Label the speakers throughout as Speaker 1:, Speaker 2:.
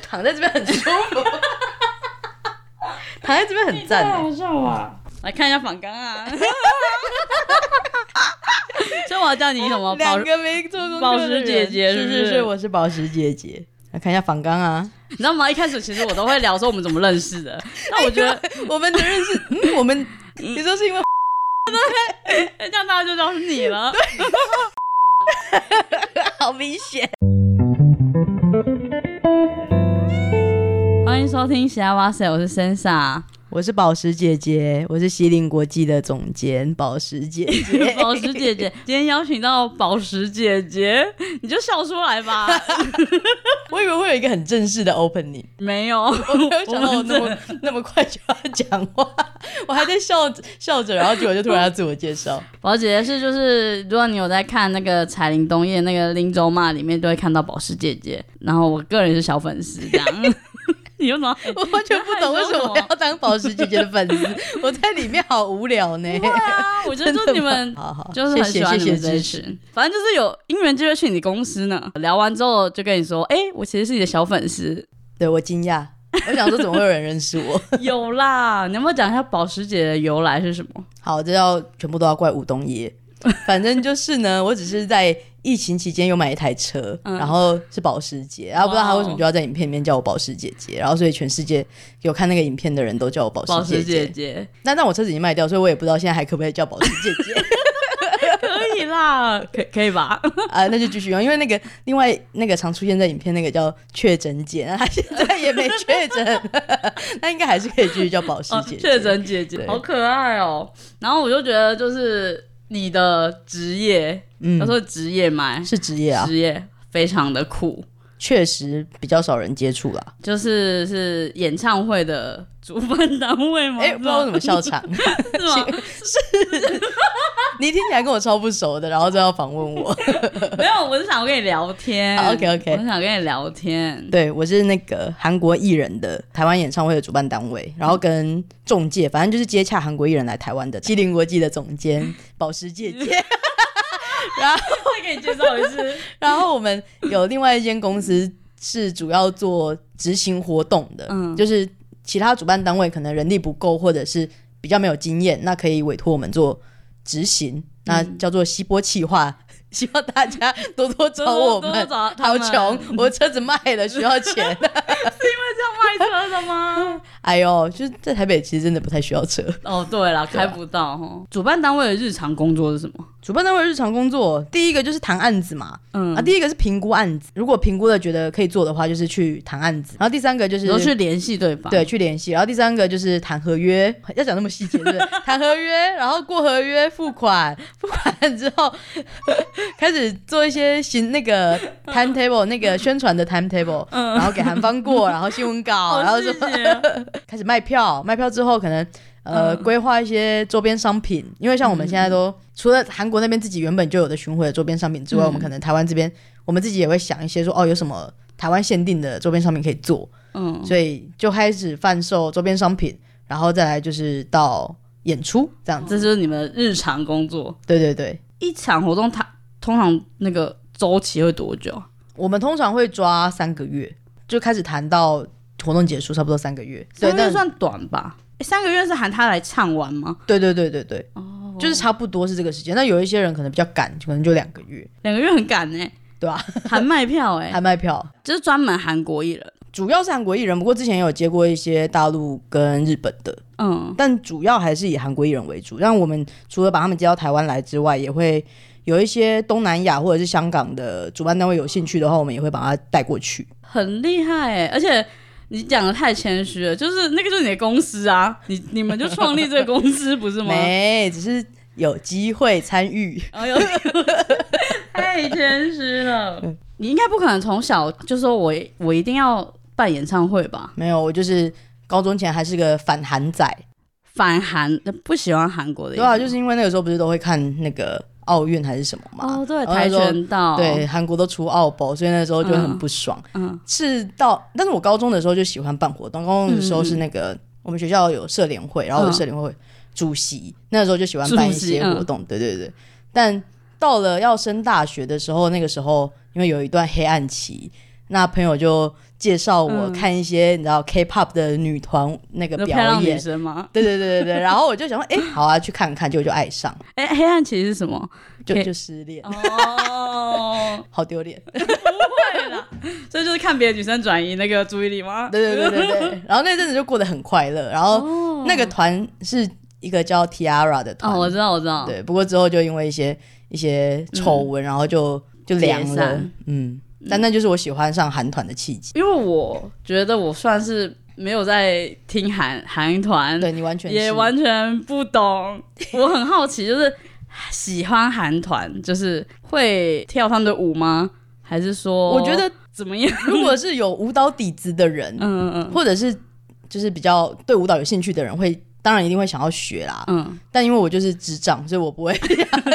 Speaker 1: 躺在这边很舒服， 躺在这边很赞
Speaker 2: 太
Speaker 1: 欸、
Speaker 2: 啊好笑了。
Speaker 3: 来看一下仿纲 啊。所以我要叫你什么？宝
Speaker 1: 两个没做功课
Speaker 3: 宝
Speaker 1: 的
Speaker 3: 石姐
Speaker 1: 人
Speaker 3: 姐是
Speaker 1: 是
Speaker 3: 不
Speaker 1: 是
Speaker 3: 是
Speaker 1: 我是宝石姐姐。来看一下仿纲啊，
Speaker 3: 你知道吗？一开始其实我都会聊说我们怎么认识的，但我觉得
Speaker 1: 我们的认 识，哎嗯，我们你说是因为
Speaker 3: 这样大家就知道是你了。
Speaker 1: 好明显，
Speaker 3: 欢迎收听《喜爱哇塞》，我是 Sensa，，
Speaker 1: 我是宝石姐姐，我是西林国际的总监，宝石姐姐
Speaker 3: 宝石姐 姐。今天邀请到宝石姐姐，你就笑出来 吧。
Speaker 1: 我以为会有一个很正式的 opening，
Speaker 3: 没有，
Speaker 1: 我没有想到我
Speaker 3: 我们
Speaker 1: 那么那么快就要讲话，我还在笑着笑着，然后结果就突然要自我介绍。
Speaker 3: 宝姐姐是就是，如果你有在看那个《彩铃冬夜》那个林州骂里面，都会看到宝石姐姐。然后我个人是小粉丝，这样。 你有什么？
Speaker 1: 我完全不懂为什么我要当宝石姐姐的粉丝，我在里面好无聊呢。
Speaker 3: 对啊，我觉得
Speaker 1: 真的
Speaker 3: 就你们
Speaker 1: 吗好好，
Speaker 3: 就是很喜欢你
Speaker 1: 谢谢谢谢
Speaker 3: 们这一
Speaker 1: 支持。
Speaker 3: 群，反正就是有因缘机会去你公司呢。聊完之后就跟你说，哎、我其实是你的小 粉丝。
Speaker 1: 对我惊讶，我想说怎么会有人认识我？
Speaker 3: 有啦，你要不要讲一下宝石姐的由来是什么？
Speaker 1: 好，这要全部都要怪武东爷。反正就是 呢，我只是在疫情期间有买一台车，
Speaker 3: 嗯
Speaker 1: 然后是保时捷，然后不知道他为什么就要在影片里面叫我保时姐姐，然后所以全世界有看那个影片的人都叫我保
Speaker 3: 宝
Speaker 1: 时
Speaker 3: 石
Speaker 1: 姐
Speaker 3: 姐
Speaker 1: 姐。
Speaker 3: 姐，
Speaker 1: 但但我车子已经卖掉，所以我也不知道现在还可不可以叫保时姐姐
Speaker 3: 可以啦，可可以吧？
Speaker 1: 啊？那就继续用，因为那个另外那个常出现在影片那个叫确诊姐，那她现在也没确诊， 那应该还是可以继续叫保时
Speaker 3: 哦
Speaker 1: 姐姐。
Speaker 3: 确诊姐姐，
Speaker 1: 对
Speaker 3: 好可爱哦。然后我就觉得就是你的职业，他
Speaker 1: 嗯，
Speaker 3: 说职业嘛，
Speaker 1: 是职业啊，
Speaker 3: 职业非常的酷，
Speaker 1: 确实比较少人接触啦。
Speaker 3: 就是是演唱会的主办单位吗？
Speaker 1: 哎、不知道为什么笑场，
Speaker 3: 是吗？
Speaker 1: 你听起来跟我超不熟的，然后就要访问我。
Speaker 3: 没有，我是想跟你聊天。
Speaker 1: 好，OK，OK
Speaker 3: 我是想跟你聊 天。
Speaker 1: 对，我是那个韩国艺人的台湾演唱会的主办单位，然后跟中介，反正就是接洽韩国艺人来台湾的麒麟国际的总监宝石姐姐。
Speaker 3: 再给你介绍一 次，
Speaker 1: 然后我们有另外一间公司是主要做执行活动的，
Speaker 3: 嗯
Speaker 1: 就是其他主办单位可能人力不够或者是比较没有经验，那可以委托我们做执行，那叫做西波企划。 希望大家多多找我们，
Speaker 3: 嗯多多找他
Speaker 1: 好
Speaker 3: 们
Speaker 1: 穷，我车子卖了需要钱。
Speaker 3: 是因为这样卖车的 吗？
Speaker 1: 哎呦，就是在台北其实真的不太需要车。
Speaker 3: 哦，对了，开不到哦。主办单位的日常工作是什么？
Speaker 1: 主办单位日常工作，第一个就是谈案子嘛，
Speaker 3: 嗯，
Speaker 1: 啊，第一个是评估案子，如果评估了觉得可以做的话，就是去谈案子。然后第三个就是
Speaker 3: 然后去联系对方。
Speaker 1: 对，去联系。然后第三个就是谈合约， 要讲那么细节， 对不对？谈合约，然后过合约，付款，付款之后 开始做一些行那个 timetable 那个宣传的 timetable，、然后给韩方过，然后新闻稿，然
Speaker 3: 好
Speaker 1: 后
Speaker 3: 细
Speaker 1: 什
Speaker 3: 节
Speaker 1: 么
Speaker 3: 嗯 哦，
Speaker 1: 开始卖票，卖票之后可能。呃，
Speaker 3: 嗯
Speaker 1: 规划一些周边商品，因为像我们现在都、除了韩国那边自己原本就有的巡回的周边商品之外，
Speaker 3: 嗯
Speaker 1: 我们可能台湾这边我们自己也会想一些说，哦，有什么台湾限定的周边商品可以做，
Speaker 3: 嗯，
Speaker 1: 所以就开始贩售周边商品，然后再来就是到演出这样子。
Speaker 3: 这就是你们的日常工作。
Speaker 1: 对对对，
Speaker 3: 一场活动它通常那个周期会多久啊？
Speaker 1: 我们通常会抓三个月，就开始谈到活动结束，差不多三个月。对，
Speaker 3: 三个
Speaker 1: 那
Speaker 3: 月算短吧？诶三个月是喊他来唱完吗？
Speaker 1: 对对对对对，
Speaker 3: 哦，
Speaker 1: 就是差不多是这个时间。那有一些人可能比较赶，可能就两个月，
Speaker 3: 两个月很赶呢，
Speaker 1: 对 吧、
Speaker 3: 啊喊卖票哎，
Speaker 1: 还卖票。
Speaker 3: 就是专门韩国艺人。
Speaker 1: 主要是韩国艺人，不过之前也有接过一些大陆跟日本的，
Speaker 3: 嗯，
Speaker 1: 但主要还是以韩国艺人为主。但我们除了把他们接到台湾来之外，也会有一些东南亚或者是香港的主办单位有兴趣的话，我们也会把他带过去。
Speaker 3: 很厉害哎，而且你讲的太谦虚了，就是那个就是你的公司啊，你你们就创立这个公司不是吗？
Speaker 1: 没，只是有机会参与。
Speaker 3: 哎呦， 太谦虚了。
Speaker 1: 嗯
Speaker 3: 你应该不可能从小就说我我一定要办演唱会吧？
Speaker 1: 没有，我就是高中前还是个反韩仔，
Speaker 3: 反韩不喜欢韩国的演
Speaker 1: 对
Speaker 3: 唱
Speaker 1: 啊，
Speaker 3: 会，
Speaker 1: 就是因为那个时候不是都会看那个奥运还是什么嘛？
Speaker 3: 哦，对，
Speaker 1: 然后
Speaker 3: 跆
Speaker 1: 那时候
Speaker 3: 拳道，
Speaker 1: 对，，韩国都出奥博，所以那时候就很不爽。
Speaker 3: 嗯，
Speaker 1: 是到，但是我高中的时候就喜欢办活动，高中的时候是那
Speaker 3: 嗯
Speaker 1: 个、我们学校有社联会，然后我是社联会主席，那时候就喜欢办一
Speaker 3: 主席
Speaker 1: 些
Speaker 3: 嗯
Speaker 1: 活动，对对对。但到了要升大学的时候，那个时候因为有一段黑暗期，那朋友就介绍我
Speaker 3: 嗯
Speaker 1: 看一些、你知道 K-pop 的女团那个
Speaker 3: 就漂
Speaker 1: 表
Speaker 3: 亮女
Speaker 1: 演。
Speaker 3: 生吗？
Speaker 1: 对对对对对，然后我就想说，哎、好啊，去看看，结果就爱上，
Speaker 3: 哎、黑暗骑士是什么？
Speaker 1: 就
Speaker 3: K-
Speaker 1: 就失恋，
Speaker 3: 哦，
Speaker 1: 好丢脸。
Speaker 3: 对了，所以就是看别的女生转移那个注意力 吗？
Speaker 1: 对对对对 对，然后那阵子就过得很快乐。然后
Speaker 3: 哦
Speaker 1: 那个团是一个叫 Tiara 的团，
Speaker 3: 哦，我知道，我知道，嗯
Speaker 1: 对，不过之后就因为一些一些丑闻，然后就就凉
Speaker 3: 解
Speaker 1: 了
Speaker 3: 散，
Speaker 1: 嗯。但那就是我喜欢上韩团的契机。
Speaker 3: 因为我觉得我算是没有在听韩韩团，
Speaker 1: 对你完全
Speaker 3: 嗯也
Speaker 1: 是
Speaker 3: 完全不懂。我很好奇，就是喜欢韩团，就是会跳他们的舞吗？还是说，
Speaker 1: 我觉得
Speaker 3: 怎么样？
Speaker 1: 如果是有舞蹈底子的人，
Speaker 3: 嗯嗯
Speaker 1: 或者是就是比较对舞蹈有兴趣的人会，当然一定会想要学啦。
Speaker 3: 嗯，
Speaker 1: 但因为我就是智障，所以我不会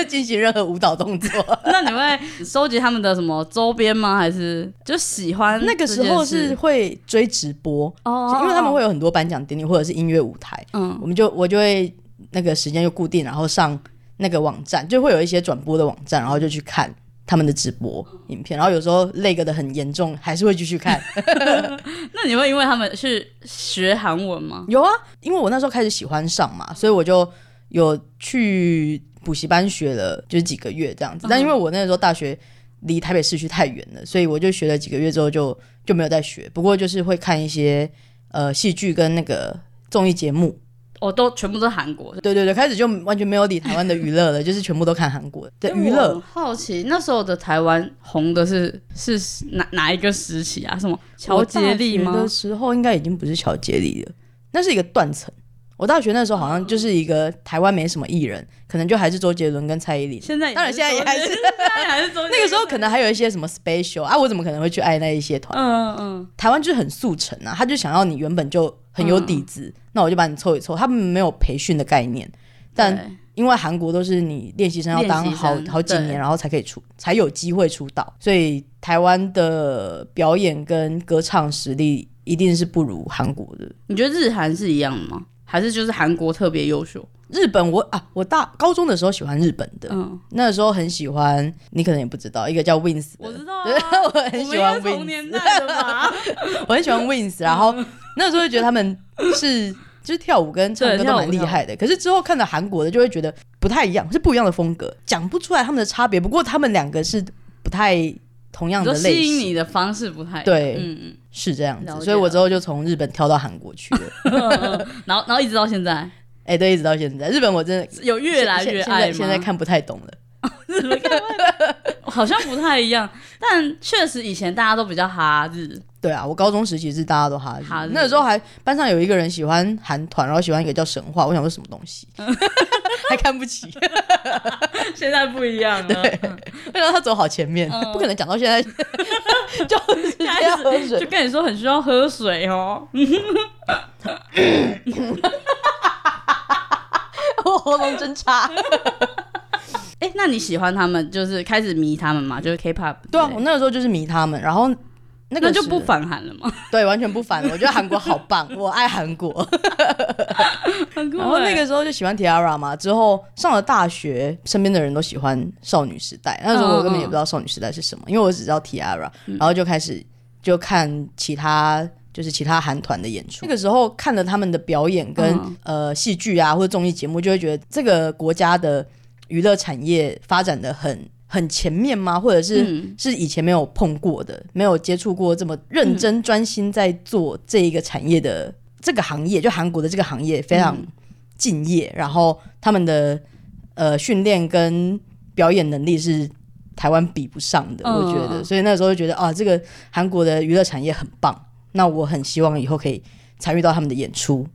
Speaker 1: 进行任何舞蹈动作。
Speaker 3: 那你会收集他们的什么周边吗？还是就喜欢
Speaker 1: 那个时候
Speaker 3: 嗯这件
Speaker 1: 是
Speaker 3: 事
Speaker 1: 会追直播，
Speaker 3: 哦，
Speaker 1: 因为他们会
Speaker 3: 哦
Speaker 1: 有很多颁奖典礼或者是音乐舞台，
Speaker 3: 嗯
Speaker 1: 我们就我就会那个时间就固定，然后上那个网站，就会有一些转播的网站，然后就去看。他们的直播影片，然后有时候累个的很严重，还是会继续看。
Speaker 3: 那你会因为他们去学韩文吗？
Speaker 1: 有啊，因为我那时候开始喜欢上嘛，所以我就有去补习班学了，就是几个月这样子。但因为我那时候大学离台北市区太远了，所以我就学了几个月之后就就没有再学。不过就是会看一些呃戏剧跟那个综艺节目，
Speaker 3: 我、哦都全部都是韩国，
Speaker 1: 对对对，开始就完全没有理台湾的娱乐了， 就是全部都看韩国的
Speaker 3: 因为
Speaker 1: 娱
Speaker 3: 我
Speaker 1: 乐
Speaker 3: 很。好奇那时候的台湾红的是是哪哪一个时期啊？什么乔杰利
Speaker 1: 我大学
Speaker 3: 吗
Speaker 1: 的？时候应该已经不是乔杰利了，那是一个断层。我大学那时候好像就是一个台湾没什么艺人，可能就还是周杰伦跟蔡依林。
Speaker 3: 现在
Speaker 1: 当然现在也还是
Speaker 3: 是周杰， 现在也还是周杰
Speaker 1: 那个时候可能还有一些什么 special 啊，我怎么可能会去爱那一些团？
Speaker 3: 嗯嗯
Speaker 1: 台湾就是很速成啊，他就想要你原本就很有底子，那我就把你凑一凑。他们没有培训的概念，
Speaker 3: 嗯，
Speaker 1: 但
Speaker 3: 对
Speaker 1: 因为韩国都是你练习生要当好
Speaker 3: 练习生
Speaker 1: 好几
Speaker 3: 对
Speaker 1: 年，然后才可以出，才有机会出道，所以台湾的表演跟歌唱实力一定是不如韩国的。
Speaker 3: 你觉得日韩是一样的吗？还是就是韩国特别优秀？
Speaker 1: 日本我啊，我大高中的时候喜欢日本的，
Speaker 3: 嗯，
Speaker 1: 那时候很喜欢，你可能也不知道，一个叫 Wins 的，
Speaker 3: 我知道啊，
Speaker 1: 我
Speaker 3: 我
Speaker 1: 很
Speaker 3: 们
Speaker 1: 喜
Speaker 3: 应该
Speaker 1: 欢
Speaker 3: 是
Speaker 1: Wins
Speaker 3: 同。年代的 吧？
Speaker 1: 我很喜欢 Wins，然 后那时候就觉得他们是就是跳舞跟唱歌都蛮厉害的，可是之后看到韩国的就会觉得不太一样，是不一样的风格，讲不出来他们的差别。不过他们两个是不太同样
Speaker 3: 你
Speaker 1: 的
Speaker 3: 说
Speaker 1: 类
Speaker 3: 吸引
Speaker 1: 型，
Speaker 3: 你的方式不太一样
Speaker 1: 对
Speaker 3: 嗯
Speaker 1: 是这样
Speaker 3: 了
Speaker 1: 子，
Speaker 3: 解
Speaker 1: 所以我之后就从日本跳到韩国去 了。
Speaker 3: 嗯嗯，嗯然后然后一直到现在
Speaker 1: 哎、对，一直到现在，日本我真的
Speaker 3: 有 越来越
Speaker 1: 现现
Speaker 3: 爱
Speaker 1: 在
Speaker 3: 吗？
Speaker 1: 现在看不太懂了。
Speaker 3: 好像不太一样，但确实以前大家都比较哈日，
Speaker 1: 对啊，我高中时期是大家都哈日
Speaker 3: 哈日
Speaker 1: 那时候还班上有一个人喜欢韩团，然后喜欢一个叫神话，我想说什么东 西，还看不起。
Speaker 3: 现在不一样了，
Speaker 1: 为了他走好前面，
Speaker 3: 嗯
Speaker 1: 不可能讲到 现在就是这样喝
Speaker 3: 开始就
Speaker 1: 水。
Speaker 3: 跟你说很需要喝水哦。
Speaker 1: 我喉咙真 差。
Speaker 3: 哎、那你喜欢他们，就是开始迷他们嘛？就是 K-pop，
Speaker 1: 对啊，
Speaker 3: 之类
Speaker 1: 我
Speaker 3: 的
Speaker 1: 那个时候就是迷他们，然后那个
Speaker 3: 那就是不反韩了嘛。
Speaker 1: 对，完全不反了。我觉得韩国好棒，我爱韩国。
Speaker 3: 很酷
Speaker 1: 然后那
Speaker 3: 欸
Speaker 1: 个时候就喜欢 Tiara 嘛，之后上了大学，身边的人都喜欢少女时代。那时候我根本也不知道少女时代是什么，因为我只知道 Tiara，然
Speaker 3: 嗯
Speaker 1: 后就开始就看其他。就是其他韩团的演出，那个时候看了他们的表演跟、
Speaker 3: 嗯
Speaker 1: 呃戏剧啊或者综艺节目，就会觉得这个国家的娱乐产业发展的很很前面吗？或者是、
Speaker 3: 嗯
Speaker 1: 是以前没有碰过的，没有接触过这么
Speaker 3: 嗯
Speaker 1: 认真专心在做这一个产业的、这个行业，就韩国的这个行业非
Speaker 3: 嗯
Speaker 1: 常敬业，然后他们的呃训练跟表演能力是台湾比不上的，
Speaker 3: 嗯
Speaker 1: 我觉得，所以那时候就觉得啊，这个韩国的娱乐产业很棒，那我很希望以后可以参与到他们的演出，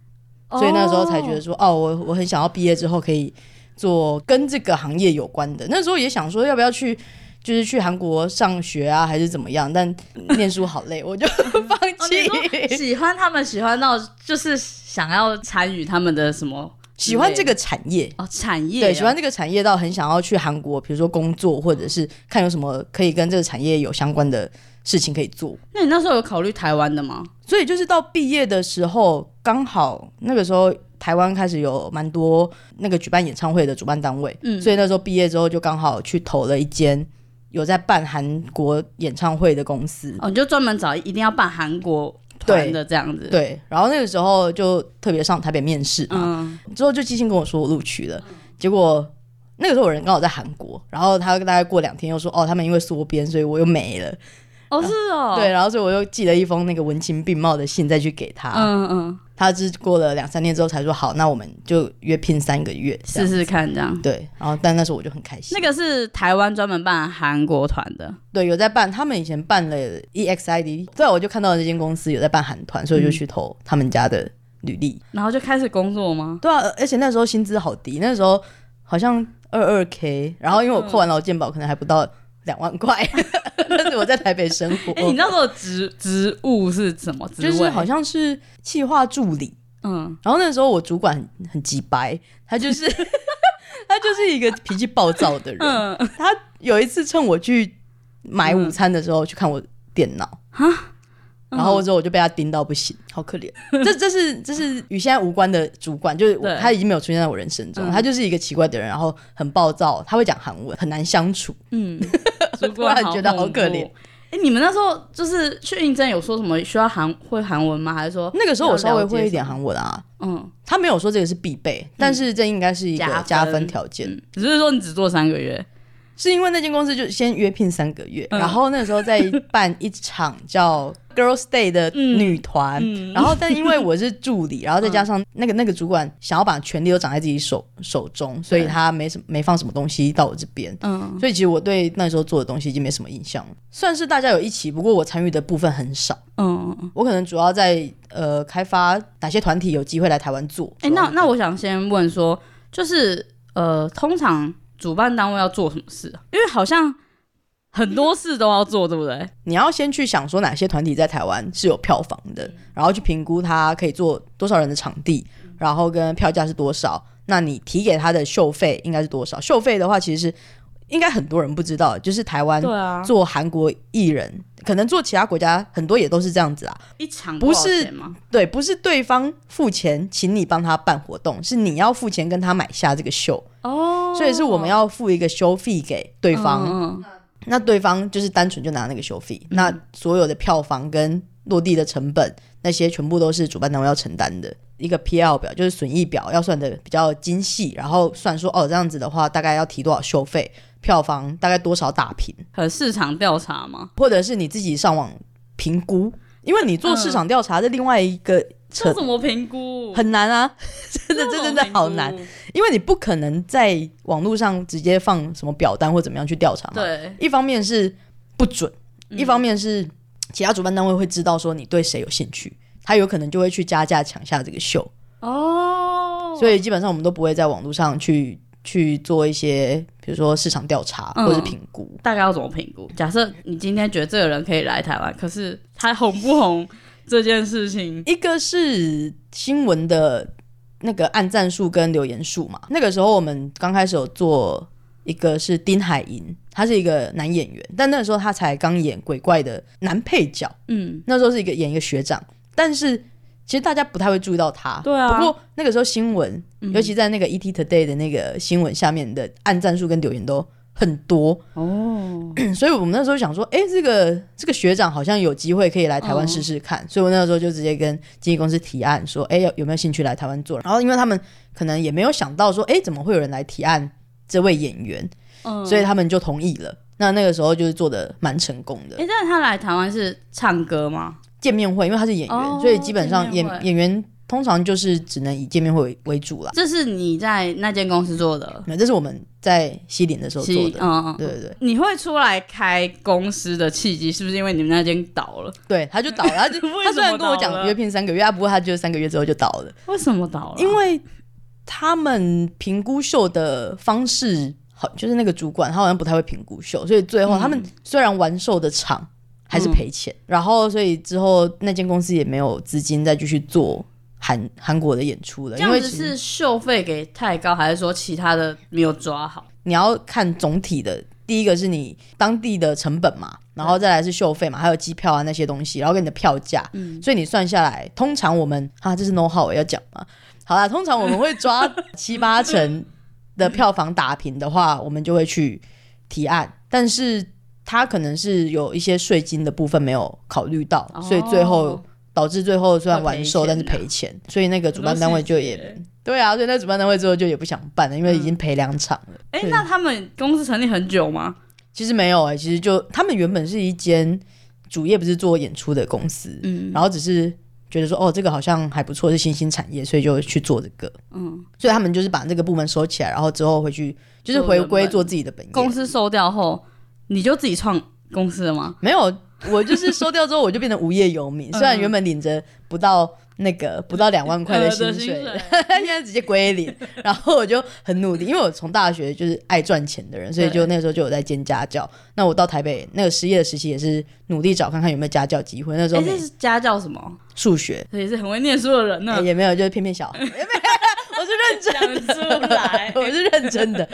Speaker 1: 所以那时候才觉得
Speaker 3: 哦
Speaker 1: 说，哦，我我很想要毕业之后可以做跟这个行业有关的。那时候也想说要不要去，就是去韩国上学啊，还是怎么样？但念书好累，我就 放弃。
Speaker 3: 哦喜欢他们，喜欢到就是想要参与他们的什么
Speaker 1: 喜欢这个产业，
Speaker 3: 哦产业哦，
Speaker 1: 对，喜欢这个产业到很想要去韩国，比如说工作，或者
Speaker 3: 嗯
Speaker 1: 是看有什么可以跟这个产业有相关的事情可以做。
Speaker 3: 那你那时候有考虑台湾的吗？
Speaker 1: 所以就是到毕业的时候，刚好那个时候台湾开始有蛮多那个举办演唱会的主办单位，
Speaker 3: 嗯
Speaker 1: 所以那时候毕业之后就刚好去投了一间有在办韩国演唱会的公司，
Speaker 3: 哦，你就专门找一定要办韩国团的这样子。，
Speaker 1: 对，然后那个时候就特别上台北面试嘛，
Speaker 3: 嗯，
Speaker 1: 之后就寄信跟我说我录取了，结果那个时候我人刚好在韩国，然后他大概过两天又说哦，他们因为缩编，所以我又没了，
Speaker 3: 哦是哦，
Speaker 1: 对，，然后所以我又寄了一封那个文情并茂的信再去给他，
Speaker 3: 嗯嗯，
Speaker 1: 他只过了两三天之后才说好，那我们就约拼三个月，这
Speaker 3: 试
Speaker 1: 样
Speaker 3: 试看这样。
Speaker 1: 对，然后但那时候我就很开心，
Speaker 3: 那个是台湾专门办韩国团的，
Speaker 1: 对，有在办，他们以前办了 EXID，对，我就看到这间公司有在办韩团，所以我就
Speaker 3: 嗯
Speaker 1: 去投他们家的履历。
Speaker 3: 然后就开始工作吗？
Speaker 1: 对啊，呃而且那时候薪资好低，那时候好像二二 K，然后因为我扣完劳健保可能还不到两万块， 但是我在台北生活，
Speaker 3: 哎、你那时候职职务是什么职
Speaker 1: 就
Speaker 3: 位？
Speaker 1: 是好像是企划助理，
Speaker 3: 嗯，
Speaker 1: 然后那时候我主管很很急白，他就是 他就是一个脾气暴躁的人。
Speaker 3: 嗯
Speaker 1: 他有一次趁我去买午餐的时候去看我电脑
Speaker 3: 嗯
Speaker 1: 然后之后我就被他盯到不行，好可怜。 这这是这是与现在无关的主管，就是我
Speaker 3: 对
Speaker 1: 他已经没有出现在我人生中，
Speaker 3: 嗯
Speaker 1: 他就是一个奇怪的人，然后很暴躁，他会讲韩文，很难相处。
Speaker 3: 嗯，主
Speaker 1: 突
Speaker 3: 管
Speaker 1: 然觉得好
Speaker 3: 恐怖
Speaker 1: 可怜。
Speaker 3: 哎、你们那时候就是去应征有说什么需要韩会韩文吗？还是说
Speaker 1: 那个时候我稍微
Speaker 3: 要了解
Speaker 1: 会一点韩文啊，
Speaker 3: 嗯
Speaker 1: 他没有说这个是必备，但是这应该是一
Speaker 3: 加
Speaker 1: 个
Speaker 3: 分
Speaker 1: 加分条件。
Speaker 3: 嗯，只是说你只做三个月？
Speaker 1: 是因为那间公司就先约聘三个月，
Speaker 3: 嗯
Speaker 1: 然后那时候再办一场叫 Girls Day 的
Speaker 3: 嗯
Speaker 1: 女团，然后但因为我是助理，然后再加
Speaker 3: 嗯
Speaker 1: 上那个那个主管想要把权力都掌在自己手手中，所以他没什么没放什么东西到我这边。
Speaker 3: 嗯，
Speaker 1: 所以其实我对那时候做的东西已经没什么印象了，算是大家有一起，不过我参与的部分很少。
Speaker 3: 嗯，
Speaker 1: 我可能主要在呃开发哪些团体有机会来台湾做。
Speaker 3: 哎、那那我想先问说，就是呃，通常主办单位要做什么事啊？因为好像很多事都要做，对不对？
Speaker 1: 你要先去想说哪些团体在台湾是有票房的，
Speaker 3: 嗯
Speaker 1: 然后去评估它可以做多少人的场地，然后跟票价是多少。那你提给他的秀费应该是多少？秀费的话，其实是应该很多人不知道，就是台湾
Speaker 3: 对啊，
Speaker 1: 做韩国艺人，可能做其他国家很多也都是这样子啊。
Speaker 3: 一场
Speaker 1: 不
Speaker 3: 多少
Speaker 1: 是
Speaker 3: 钱吗？
Speaker 1: 对，不是对方付钱请你帮他办活动，是你要付钱跟他买下这个秀，
Speaker 3: 哦，
Speaker 1: 所以是我们要付一个修费给对方，
Speaker 3: 嗯嗯
Speaker 1: 那对方就是单纯就拿那个修费，那所有的票房跟落地的成本那些全部都是主办单位要承担的。一个 PL 表就是损益表，要算的比较精细，然后算说哦这样子的话大概要提多少修费，票房大概多少打平，
Speaker 3: 很市场调查吗？
Speaker 1: 或者是你自己上网评估，因为你做市场调查的另外一个
Speaker 3: 这
Speaker 1: 扯
Speaker 3: 怎么评估？
Speaker 1: 很难啊，真的
Speaker 3: 这
Speaker 1: 这
Speaker 3: 怎么
Speaker 1: 真的好
Speaker 3: 评估
Speaker 1: 难，。因为你不可能在网络上直接放什么表单或怎么样去调查嘛，
Speaker 3: 对，
Speaker 1: 一方面是不准，
Speaker 3: 嗯
Speaker 1: 一方面是其他主办单位会知道说你对谁有兴趣，他有可能就会去加价抢下这个秀，
Speaker 3: 哦，
Speaker 1: 所以基本上我们都不会在网络上去去做一些，比如说市场调查
Speaker 3: 嗯
Speaker 1: 或者是评估。
Speaker 3: 大概要怎么评估？假设你今天觉得这个人可以来台湾，可是他红不红这件事情，
Speaker 1: 一个是新闻的那个按赞数跟留言数嘛，那个时候我们刚开始有做一个是丁海寅，他是一个男演员，但那个时候他才刚演鬼怪的男配角。
Speaker 3: 嗯，
Speaker 1: 那时候是一个演一个学长，但是其实大家不太会注意到他。
Speaker 3: 对啊
Speaker 1: 不过那个时候新闻，
Speaker 3: 嗯
Speaker 1: 尤其在那个 ET Today 的那个新闻下面的按赞数跟留言都很多，
Speaker 3: 哦，
Speaker 1: 所以我们那时候想说，哎、这个这个学长好像有机会可以来台湾试试
Speaker 3: 嗯
Speaker 1: 看，所以我那个时候就直接跟经纪公司提案说，哎、有有没有兴趣来台湾做？然后因为他们可能也没有想到说，哎、怎么会有人来提案这位演员，
Speaker 3: 嗯，
Speaker 1: 所以他们就同意了。那那个时候就是做的蛮成功的
Speaker 3: 哎、。但是他来台湾是唱歌吗？
Speaker 1: 见面会，因为他是演员，
Speaker 3: 哦
Speaker 1: 所以基本上
Speaker 3: 见
Speaker 1: 演
Speaker 3: 面会
Speaker 1: 演员通常就是只能以见面会为为主啦。
Speaker 3: 这是你在那间公司做的，
Speaker 1: 那这是我们在西点的时候做
Speaker 3: 是
Speaker 1: 的，
Speaker 3: 嗯，嗯
Speaker 1: 对对对，
Speaker 3: 你会出来开公司的契机，是不是因为你们那间倒了？
Speaker 1: 对，他就倒了，他 就
Speaker 3: 为什么
Speaker 1: 他虽然跟我
Speaker 3: 倒
Speaker 1: 讲
Speaker 3: 了
Speaker 1: 约聘三个月，啊，不过他就三个月之后就倒了，
Speaker 3: 为什么倒了？啊
Speaker 1: 因为他们评估秀的方式好，就是那个主管他好像不太会评估秀，所以最后
Speaker 3: 嗯
Speaker 1: 他们虽然完售的场还是赔钱，然后所以之后那间公司也没有资金再继续做韩韩国的演出了，因
Speaker 3: 这样
Speaker 1: 为
Speaker 3: 子
Speaker 1: 其实
Speaker 3: 是秀费给太高，还是说其他的没有抓好？
Speaker 1: 你要看总体的，第一个是你当地的成本嘛，然后再来是秀费嘛，还有机票啊那些东西，然后跟你的票价，所以你算下来，通常我们啊，这是 no 号我要讲嘛， 好啦，通常我们会抓七八成的票房打平的话，我们就会去提案，但是他可能是有一些税金的部分没有考虑到，
Speaker 3: 哦
Speaker 1: 所以最后导致最后虽然完售，
Speaker 3: 会
Speaker 1: 但
Speaker 3: 赔钱
Speaker 1: 是
Speaker 3: 啊
Speaker 1: 赔钱，所以那个主办单位就
Speaker 3: 很多
Speaker 1: 也
Speaker 3: 细节
Speaker 1: 对啊，所以那主办单位之后就也不想办了，因为已经赔两场了。
Speaker 3: 哎、
Speaker 1: 对
Speaker 3: 那他们公司成立很久吗？
Speaker 1: 其实没有哎、其实就他们原本是一间主业不是做演出的公司，
Speaker 3: 嗯，
Speaker 1: 然后只是觉得说哦这个好像还不错，是新兴产业，所以就去做这个。
Speaker 3: 嗯，
Speaker 1: 所以他们就是把这个部门收起来，然后之后回去就是
Speaker 3: 做
Speaker 1: 回
Speaker 3: 原
Speaker 1: 归
Speaker 3: 本
Speaker 1: 做自己的本业。
Speaker 3: 公司收掉后，你就自己创公司了吗？
Speaker 1: 没有，我就是收掉之后，我就变成无业游 民。
Speaker 3: 嗯
Speaker 1: 虽然原本领着不到那个不到两万块的
Speaker 3: 呃
Speaker 1: 薪
Speaker 3: 的
Speaker 1: 水，
Speaker 3: 薪
Speaker 1: 现在直接归零。然后我就很努力，因为我从大学就是爱赚钱的人，所以就那时候就有在兼家教。那我到台北那个失业的时期，也是努力找看看有没有家教机会。那时
Speaker 3: 哎、
Speaker 1: 候
Speaker 3: 这
Speaker 1: 没
Speaker 3: 是家教什么？
Speaker 1: 数学、
Speaker 3: 也是很会念书的人呢
Speaker 1: 哎，也没有，就是骗骗小孩，也没有。我是认真。
Speaker 3: 讲出来
Speaker 1: 我是认真的。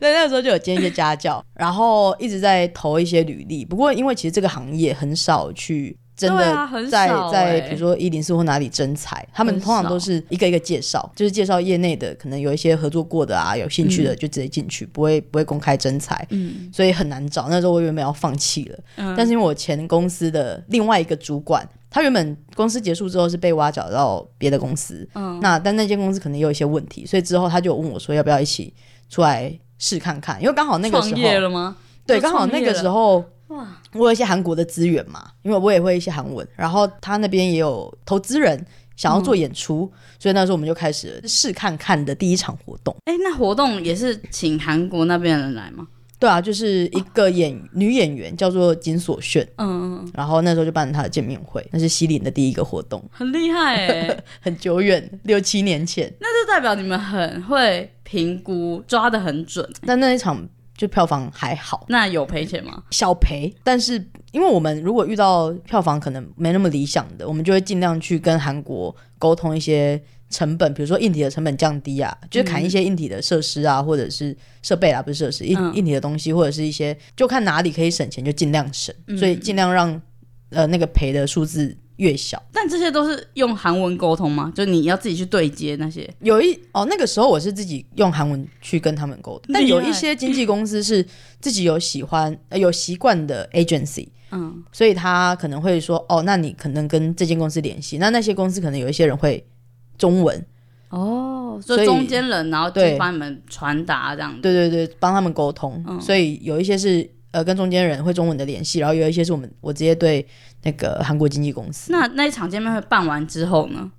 Speaker 1: 在那时候就有兼一些家教，然后一直在投一些履历。不过因为其实这个行业很少去真
Speaker 3: 对
Speaker 1: 的
Speaker 3: 啊很
Speaker 1: 在、
Speaker 3: 少
Speaker 1: 在
Speaker 3: 欸
Speaker 1: 比如说一零四或哪里征才，他们
Speaker 3: 很
Speaker 1: 通常
Speaker 3: 少
Speaker 1: 都是一个一个介绍，就是介绍业内的，可能有一些合作过的啊，有兴趣的就直接进去，不会不会公开征才。
Speaker 3: 嗯，
Speaker 1: 所以很难找，那时候我原本要放弃了，
Speaker 3: 嗯
Speaker 1: 但是因为我前公司的另外一个主管，他原本公司结束之后是被挖角到别的公司，
Speaker 3: 嗯
Speaker 1: 那但那间公司可能也有一些问题，所以之后他就有问我说要不要一起出来试看看，因为刚好那个
Speaker 3: 创
Speaker 1: 时候
Speaker 3: 业了吗？
Speaker 1: 对，
Speaker 3: 就
Speaker 1: 刚好
Speaker 3: 创
Speaker 1: 那
Speaker 3: 业
Speaker 1: 个
Speaker 3: 了
Speaker 1: 时候
Speaker 3: 哇，
Speaker 1: 我有一些韩国的资源嘛，因为我也会一些韩文，然后他那边也有投资人想要
Speaker 3: 嗯
Speaker 1: 做演出，所以那时候我们就开始了试看看的第一场活动。
Speaker 3: 哎、那活动也是请韩国那边的人来吗？
Speaker 1: 对啊，就是一个演、女演员叫做金所炫，
Speaker 3: 嗯，嗯嗯
Speaker 1: 然后那时候就办了她的见面会，那是西林的第一个活动，
Speaker 3: 很厉害哎、
Speaker 1: 很久远，六七年前。
Speaker 3: 那就代表你们很会评估，抓的很准。
Speaker 1: 但那一场就票房还好，
Speaker 3: 那有赔钱吗？
Speaker 1: 小赔。但是因为我们如果遇到票房可能没那么理想的，我们就会尽量去跟韩国沟通一些成本，比如说硬体的成本降低啊，就是砍一些硬体的设施啊，或者是设备啊，不是设施，硬
Speaker 3: 嗯
Speaker 1: 硬体的东西，或者是一些就看哪里可以省钱就尽量省，
Speaker 3: 嗯
Speaker 1: 所以尽量让呃那个赔的数字越小。
Speaker 3: 但这些都是用韩文沟通吗？就你要自己去对接那些？
Speaker 1: 有一哦，那个时候我是自己用韩文去跟他们沟通，但有
Speaker 3: 厉
Speaker 1: 一
Speaker 3: 害
Speaker 1: 些经纪公司是自己有喜欢、呃、有习惯的 agency，
Speaker 3: 嗯，
Speaker 1: 所以他可能会说哦，那你可能跟这间公司联系，那那些公司可能有一些人会中文，
Speaker 3: 哦，
Speaker 1: 所
Speaker 3: 就
Speaker 1: 以
Speaker 3: 中间人，然后就
Speaker 1: 对
Speaker 3: 帮你们传达这样子。
Speaker 1: 对对对，帮他们沟通，
Speaker 3: 嗯
Speaker 1: 所以有一些是呃跟中间人会中文的联系，然后有一些是我们我直接对那个韩国经纪公司，
Speaker 3: 那那一场见面会办完之后呢？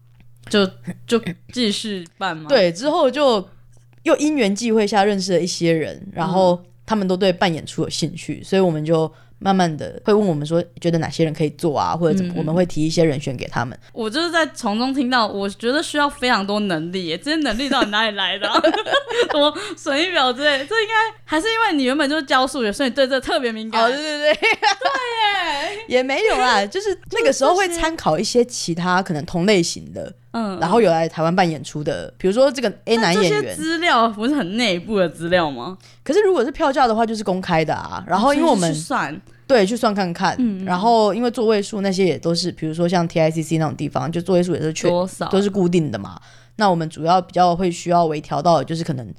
Speaker 3: 就就继续办吗？，
Speaker 1: 对之后就又因缘际会下认识了一些人，然后
Speaker 3: 嗯
Speaker 1: 他们都对办演出有兴趣，所以我们就。慢慢的会问我们说，觉得哪些人可以做啊，或者怎么，
Speaker 3: 嗯嗯
Speaker 1: 我们会提一些人选给他们。
Speaker 3: 我就是在从中听到，我觉得需要非常多能力耶，这些能力到底哪里来的、 啊？什么损益表之类，这应该还是因为你原本就是教数学，所以你对这特别敏感。
Speaker 1: 哦，对对对，
Speaker 3: 耶
Speaker 1: 也没有 啦，就是那个时候会参考一些其他可能同类型的，
Speaker 3: 嗯，
Speaker 1: 然后有来台湾办演出的，比如说这个 A 男
Speaker 3: 这
Speaker 1: 演
Speaker 3: 些
Speaker 1: 员。
Speaker 3: 资料不是很内部的资料吗？
Speaker 1: 可是如果是票价的话，就是公开的啊。然后因为我
Speaker 3: 所以
Speaker 1: 们
Speaker 3: 哦是去算，
Speaker 1: 对去算看看，
Speaker 3: 嗯嗯
Speaker 1: 然后因为座位数那些也都是，比如说像 TICC 那种地方，就座位数也是确
Speaker 3: 多少
Speaker 1: 都是固定的嘛。那我们主要比较会需要微调到的就是可能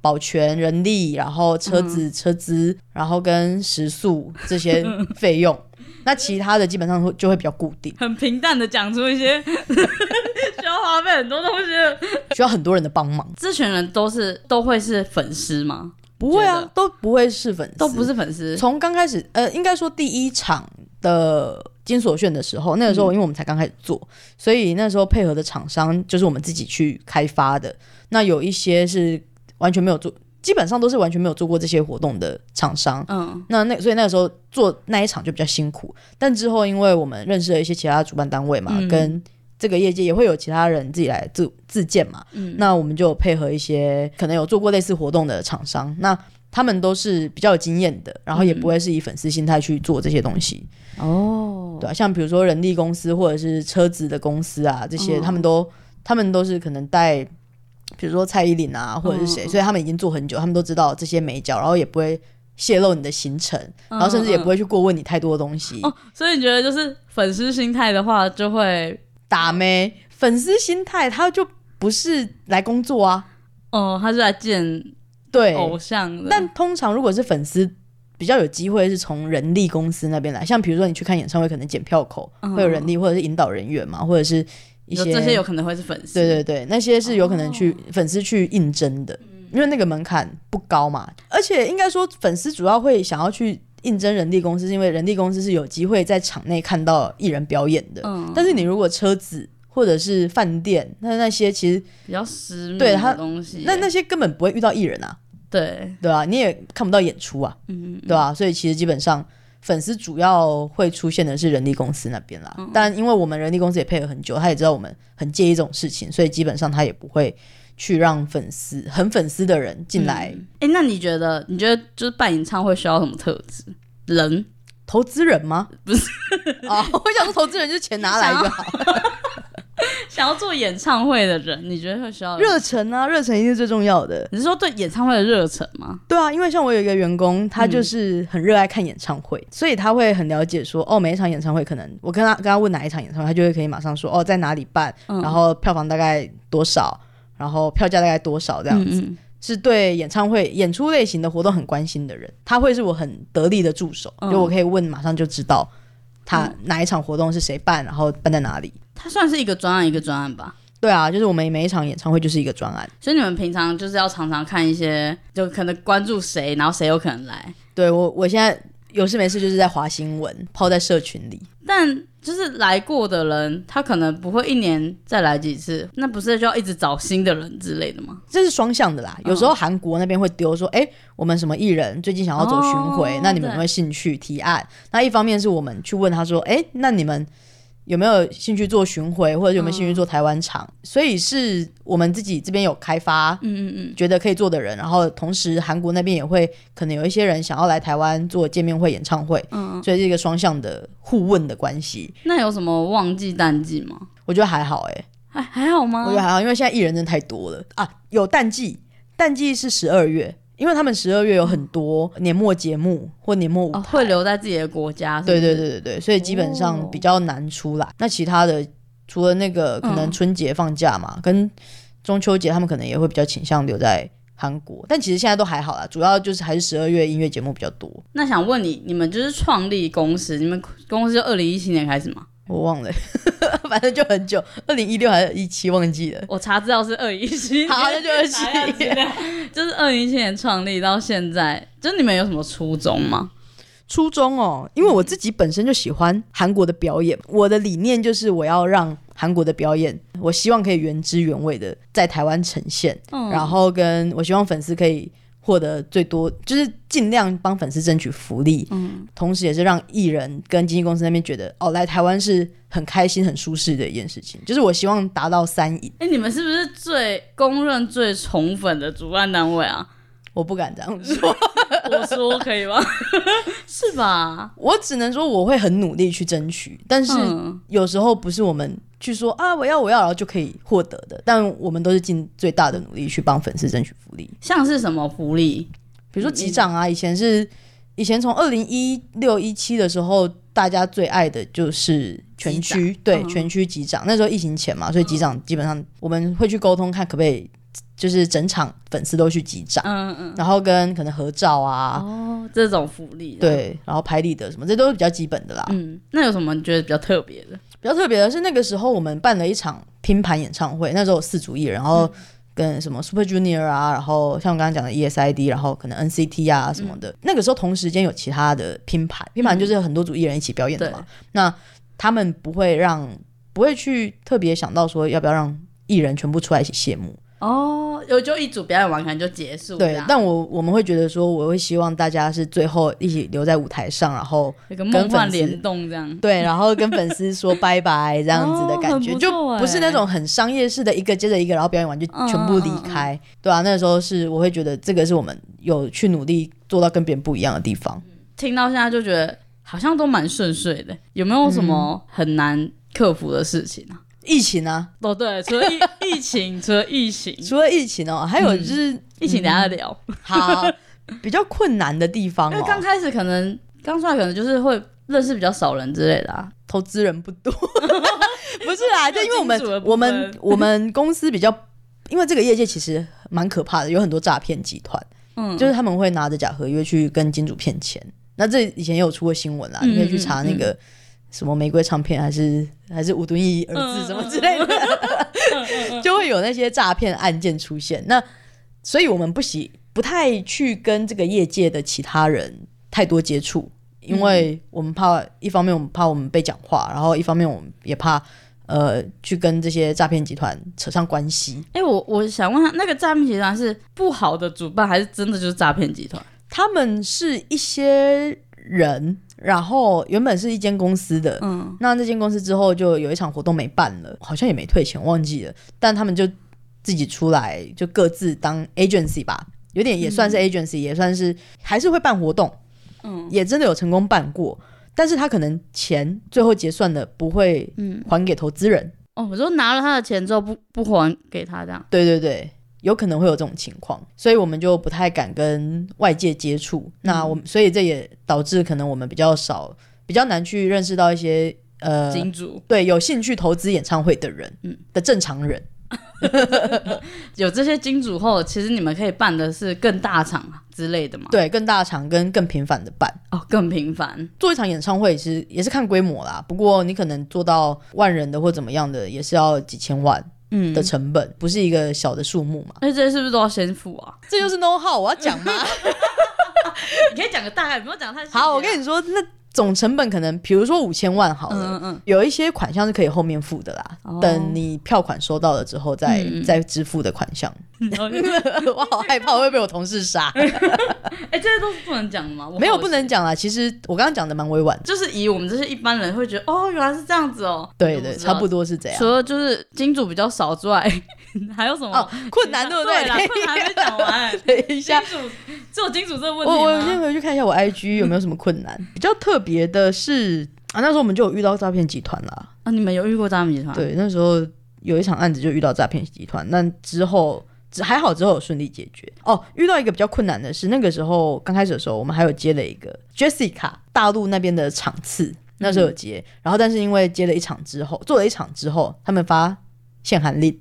Speaker 1: 保全、人力，然后车子、车资，然后跟食宿这 些费用。那其他的基本上会就会比较固定。
Speaker 3: 很平淡的讲出一些 需要花费很多东西的。
Speaker 1: 需要很多人的帮忙。
Speaker 3: 这群人都是都会是粉丝吗？
Speaker 1: 不会
Speaker 3: 觉
Speaker 1: 啊
Speaker 3: 得，
Speaker 1: 都不会是粉丝，
Speaker 3: 都不。是粉丝，
Speaker 1: 从刚开始，呃，应该说第一场的金所炫的时候，那个时候因为我们才刚开始做，所以那时候配合的厂商就是我们自己去开发的。那有一些是完全没有做，基本上都是完全没有做过这些活动的厂商。
Speaker 3: 嗯
Speaker 1: 那那所以那个时候做那一场就比较辛苦，但之后因为我们认识了一些其他主办单位嘛，
Speaker 3: 嗯
Speaker 1: 跟这个业界也会有其他人自己来自自荐嘛，
Speaker 3: 嗯，
Speaker 1: 那我们就有配合一些可能有做过类似活动的厂商，那他们都是比较有经验的，然后
Speaker 3: 嗯
Speaker 1: 也不会是以粉丝心态去做这些东西，
Speaker 3: 哦
Speaker 1: 对啊，像比如说人力公司或者是车子的公司啊，这些、
Speaker 3: 嗯
Speaker 1: 他们都他们都是可能带，比如说蔡依林啊或者是谁，
Speaker 3: 嗯嗯
Speaker 1: 所以他们已经做很久，他们都知道这些美角，然后也不会泄露你的行程，然后甚至也不
Speaker 3: 会、
Speaker 1: 会去过问你太多东西，
Speaker 3: 嗯哦。所以你觉得就是粉丝心态的话，就会
Speaker 1: 打咩粉丝心态，他就不是来工作啊，
Speaker 3: 哦、他是来见
Speaker 1: 对，
Speaker 3: 偶像的，
Speaker 1: 但通常如果是粉丝，比较有机会是从人力公司那边来，像比如说你去看演唱会，可能检票口
Speaker 3: 嗯
Speaker 1: 会有人力，或者是引导人员嘛，或者是一
Speaker 3: 有
Speaker 1: 些
Speaker 3: 这些有可能会是粉丝，
Speaker 1: 对对对，那些是有可能去、
Speaker 3: 哦嗯
Speaker 1: 粉丝去应征的，因为那个门槛不高嘛。而且应该说，粉丝主要会想要去应征人力公司，是因为人力公司是有机会在场内看到艺人表演的。
Speaker 3: 嗯，
Speaker 1: 但是你如果车子或者是饭店，那那些其实
Speaker 3: 比较实名
Speaker 1: 对他
Speaker 3: 的东西，
Speaker 1: 那那些根本不会遇到艺人啊，
Speaker 3: 对，
Speaker 1: 对吧、你也看不到演出啊，
Speaker 3: 嗯，
Speaker 1: 对吧、所以其实基本上。粉丝主要会出现的是人力公司那边
Speaker 3: 嗯
Speaker 1: 啦，但因为我们人力公司也配合很久，他也知道我们很介意这种事情，所以基本上他也不会去让粉丝很粉丝的人进来。
Speaker 3: 嗯。哎、那你觉得，你觉得就是办演唱会需要什么特质？人
Speaker 1: 投资人吗？不 是啊，我想说投资人就是钱拿来就好，
Speaker 3: 想要做演唱会的人，你觉得会需要？
Speaker 1: 热忱啊，热忱一定是最重要的。
Speaker 3: 你是说对演唱会的热忱吗？
Speaker 1: 对啊，因为像我有一个员工，他就是很热爱看演唱
Speaker 3: 嗯
Speaker 1: 会，所以他会很了解说，哦，每一场演唱会可能我跟他跟他问哪一场演唱会，他就会可以马上说，哦，在哪里办，
Speaker 3: 嗯
Speaker 1: 然后票房大概多少，然后票价大概多少，这样、
Speaker 3: 嗯嗯
Speaker 1: 是对演唱会演出类型的活动很关心的人，他会是我很得力的助手，
Speaker 3: 嗯
Speaker 1: 就我可以问，马上就知道他
Speaker 3: 嗯
Speaker 1: 哪一场活动是谁办，然后办在哪里。
Speaker 3: 它算是一个专案一个专案吧。
Speaker 1: 对啊，就是我们每一场演唱会就是一个专案。
Speaker 3: 所以你们平常就是要常常看一些，就可能关注谁，然后谁有可能来。
Speaker 1: 对我，我现在有事没事就是在划新闻，泡在社群里。
Speaker 3: 但就是来过的人，他可能不会一年再来几次，那不是就要一直找新的人之类的吗？
Speaker 1: 这是双向的啦，
Speaker 3: 嗯
Speaker 1: 有时候韩国那边会丢说，哎、我们什么艺人最近想要走巡回，
Speaker 3: 哦
Speaker 1: 那你们有没有兴趣提案？那一方面是我们去问他说，哎、那你们有没有兴趣做巡回，或者有没有兴趣做台湾场？所以是我们自己这边有开发，
Speaker 3: 嗯嗯嗯，
Speaker 1: 觉得可以做的人，然后同时韩国那边也会可能有一些人想要来台湾做见面会、演唱会，
Speaker 3: 嗯
Speaker 1: 所以是一个双向的互问的关系。
Speaker 3: 那有什么旺季淡季吗？
Speaker 1: 我觉得还好、欸，
Speaker 3: 还还好吗？
Speaker 1: 我觉得还好，因为现在艺人真的太多了啊。有淡季，淡季是十二月，因为他们十二月有很多年末节目或年末舞台。
Speaker 3: 哦、会留在自己的国家是不
Speaker 1: 对
Speaker 3: 是。
Speaker 1: 对对对对，所以基本
Speaker 3: 哦
Speaker 1: 上比较难出来。那其他的，除了那个可能
Speaker 3: 嗯
Speaker 1: 春节放假嘛，跟中秋节，他们可能也会比较倾向留在韩国。但其实现在都还好啦，主要就是还是十二月音乐节目比较多。
Speaker 3: 那想问你，你们就是创立公司，你们公司就二零一七年开始吗？
Speaker 1: 我忘了， 反正就很久，二零一六还是一七忘记了。
Speaker 3: 我查资料是二零一 七，
Speaker 1: 好那就27
Speaker 3: 查一下资料 就是二零一七年创立到现在，就是你们有什么初衷吗？
Speaker 1: 初衷哦，因为
Speaker 3: 嗯
Speaker 1: 我自己本身就喜欢韩国的表演，我的理念就是我要让韩国的表演，我希望可以原汁原味的在台湾呈现，
Speaker 3: 嗯
Speaker 1: 然后跟我希望粉丝可以获得最多，就是尽量帮粉丝争取福利，
Speaker 3: 嗯，
Speaker 1: 同时也是让艺人跟经纪公司那边觉得哦，来台湾是很开心、很舒适的一件事情，就是我希望达到三赢，
Speaker 3: 哎、你们是不是最公认最宠粉的主办单位 啊？
Speaker 1: 我不敢这样 说，
Speaker 3: 我说可以吗？ 是吧？
Speaker 1: 我只能说我会很努力去争取，但是
Speaker 3: 嗯，
Speaker 1: 有时候不是我们去说啊我要我要，然后就可以获得的，但我们都是尽最大的努力去帮粉丝争取福利，
Speaker 3: 像是什么福利？
Speaker 1: 比如说机长啊，以前是以前从二零一六一七的时候，大家最爱的就是全区对
Speaker 3: 嗯
Speaker 1: 全区机长，那时候疫情前嘛，所以机长基本上我们会去沟通看可不可以，就是整场粉丝都去机长，
Speaker 3: 嗯嗯，
Speaker 1: 然后跟可能合照啊，
Speaker 3: 哦，这种福利，，
Speaker 1: 对，然后拍立得什么，这都是比较基本的啦。
Speaker 3: 嗯，那有什么你觉得比较特别的？
Speaker 1: 比较特别的是，那个时候我们办了一场拼盘演唱会，那时候有四组艺人，然后跟什么 Super Junior 啊，然后像我刚刚讲的 E ESID，然后可能 NCT 啊什么的。那个时候同时间有其他的拼盘，拼盘就是很多组艺人一起表演的嘛。那他们不会让，不会去特别想到说要不要让艺人全部出来一起谢幕。
Speaker 3: 哦，有就一组表演完可能就结束这
Speaker 1: 对
Speaker 3: 样，，
Speaker 1: 但我我们会觉得说，我会希望大家是最后一起留在舞台上，然后
Speaker 3: 有个梦
Speaker 1: 跟粉
Speaker 3: 幻
Speaker 1: 丝
Speaker 3: 联动这样。
Speaker 1: 对，然后跟粉丝说拜拜这样子的感觉，
Speaker 3: 哦很不
Speaker 1: 就
Speaker 3: 错
Speaker 1: 不是那
Speaker 3: 欸
Speaker 1: 种很商业式的一个接着一个，然后表演完就
Speaker 3: 嗯
Speaker 1: 全部
Speaker 3: 嗯
Speaker 1: 离
Speaker 3: 嗯嗯
Speaker 1: 开，对啊，那时候是我会觉得这个是我们有去努力做到跟别人不一样的地方。
Speaker 3: 听到现在就觉得好像都蛮顺遂的，有没有什么很难克服的事情啊？
Speaker 1: 疫情啊，
Speaker 3: 哦，对，除了疫疫情，除了疫情，
Speaker 1: 除了疫情哦，还有就是、
Speaker 3: 嗯
Speaker 1: 嗯
Speaker 3: 疫情等一下再聊。
Speaker 1: 好比较困难的地方
Speaker 3: 因为刚
Speaker 1: 哦，
Speaker 3: 开始可能刚出来，可能就是会认识比较少人之类的啊。
Speaker 1: 投资人不多， 不是啦，就因为我们
Speaker 3: 金主的部
Speaker 1: 我们
Speaker 3: 分
Speaker 1: 我们公司比较，因为这个业界其实蛮可怕的，有很多诈骗集团。
Speaker 3: 嗯，
Speaker 1: 就是他们会拿着假合约去跟金主骗钱。那这以前也有出过新闻啦，
Speaker 3: 嗯
Speaker 1: 你可以去查那个什么玫瑰唱片，还是还是吴敦义儿
Speaker 3: 嗯
Speaker 1: 子什么之类的， 就会有那些诈骗案件出现。那所以我们不喜不太去跟这个业界的其他人太多接触，因为
Speaker 3: 嗯
Speaker 1: 我们怕一方面我们怕我们被讲话，然后一方面我们也怕。呃，去跟这些诈骗集团扯上关系，
Speaker 3: 哎、我我想问他，那个诈骗集团是不好的主办，还是真的就是诈骗集团？
Speaker 1: 他们是一些人，然后原本是一间公司的，
Speaker 3: 嗯，
Speaker 1: 那那间公司之后就有一场活动没办了，好像也没退钱，忘记了。但他们就自己出来，就各自当 agency 吧，有点也算是 agency，、也算是还是会办活动，
Speaker 3: 嗯，
Speaker 1: 也真的有成功办过。但是他可能钱最后结算的不会
Speaker 3: 嗯，
Speaker 1: 还给投资人，
Speaker 3: 哦，我说拿了他的钱之后不不还给他这样，
Speaker 1: 对对对，有可能会有这种情况，所以我们就不太敢跟外界接触。那我们所以这也导致可能我们比较少，比较难去认识到一些呃
Speaker 3: 金主
Speaker 1: 对有兴趣投资演唱会的人，
Speaker 3: 嗯
Speaker 1: 的正常人。
Speaker 3: 有这些金主后，其实你们可以办的是更大场啊之类的嘛，
Speaker 1: 对，更大场跟更频繁的办。
Speaker 3: 哦，更频繁，
Speaker 1: 做一场演唱会其实也是看规模啦，不过你可能做到万人的或怎么样的，也是要几千万
Speaker 3: 嗯
Speaker 1: 的，成本，不是一个小的数目嘛。
Speaker 3: 那哎这些是不是都要先付啊？
Speaker 1: 这就是 no how，我要讲嘛。
Speaker 3: 你可以讲个大概，不要讲太细节 啊
Speaker 1: 好，我跟你说，那总成本可能，比如说五千万好了，
Speaker 3: 嗯嗯嗯，
Speaker 1: 有一些款项是可以后面付的啦，
Speaker 3: 哦
Speaker 1: 等你票款收到了之后再、
Speaker 3: 嗯嗯
Speaker 1: 再支付的款项。
Speaker 3: 然后就
Speaker 1: 我好害怕我会被我同事杀，
Speaker 3: 哎，这些都是不能讲的吗？我好
Speaker 1: 没有
Speaker 3: 奇
Speaker 1: 不能，讲啦。其实我刚刚讲的蛮委婉的，
Speaker 3: 就是以我们这些一般人会觉得，哦，原来是这样子哦，
Speaker 1: 对
Speaker 3: 我
Speaker 1: 对，
Speaker 3: 知道
Speaker 1: 差不多是这样
Speaker 3: 除。了就是金主比较少之外， 还有什么
Speaker 1: 哦？，困难对不 对？
Speaker 3: 啦，困 难还没讲完。
Speaker 1: 等一
Speaker 3: 金
Speaker 1: 下，
Speaker 3: 主，只有金主这个问
Speaker 1: 我我
Speaker 3: 题
Speaker 1: 先
Speaker 3: 吗？
Speaker 1: 回去看一下我 IG 有没有什么困难。比较特别的是啊，那时候我们就有遇到诈骗集团啦。
Speaker 3: 啊，你们有遇过诈骗集团？，
Speaker 1: 对，那时候有一场案子就遇到诈骗集团，那之后只还好之后有顺利解决。哦，遇到一个比较困难的是，那个时候刚开始的时候，我们还有接了一个 Jessica 大陆那边的场次，那时候有接，然后但是因为接了一场之后，做了一场之后，他们发限韩令。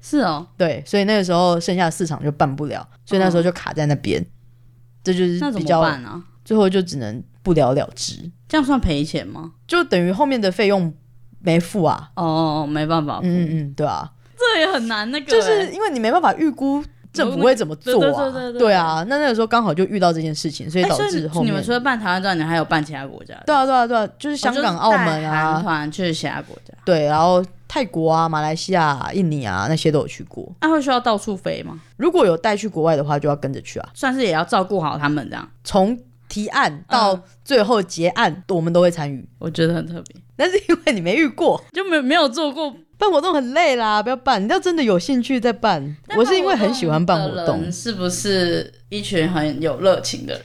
Speaker 3: 是哦，
Speaker 1: 对，所以那个时候剩下四场就办不了，所以那时候就卡在那边，这就是
Speaker 3: 那怎
Speaker 1: 比
Speaker 3: 么
Speaker 1: 较
Speaker 3: 办啊？
Speaker 1: 最后就只能不了了之，
Speaker 3: 这样算赔钱吗？
Speaker 1: 就等于后面的费用没付啊。
Speaker 3: 哦，没办法，
Speaker 1: 嗯嗯嗯，对啊，
Speaker 3: 这也很难那个欸，
Speaker 1: 就是因为你没办法预估政府会怎么做啊，
Speaker 3: 对对对对对
Speaker 1: 啊，那那个时候刚好就遇到这件事情，所以
Speaker 3: 哎
Speaker 1: 导
Speaker 3: 所以
Speaker 1: 致后
Speaker 3: 你
Speaker 1: 面、
Speaker 3: 们除了办台湾之外，你还有办其他国家的？
Speaker 1: 对啊对啊对啊，就是
Speaker 3: 哦
Speaker 1: 香港、澳门
Speaker 3: 就是带韩
Speaker 1: 啊，
Speaker 3: 团去其他国家，
Speaker 1: 对，然后泰国啊、马来西亚啊、印尼啊那些都有去过。
Speaker 3: 那会需要到处飞吗？
Speaker 1: 如果有带去国外的话，就要跟着去啊。
Speaker 3: 算是也要照顾好他们这样，
Speaker 1: 从提案到最后结案，我们都会参与。
Speaker 3: 我觉得很特别，
Speaker 1: 但是因为你没遇过，
Speaker 3: 就没没有做过
Speaker 1: 办活动很累啦，不要办。你要真的有兴趣再办。我是因为很喜欢办活
Speaker 3: 的
Speaker 1: 动
Speaker 3: 人，是不是一群很有热情的人？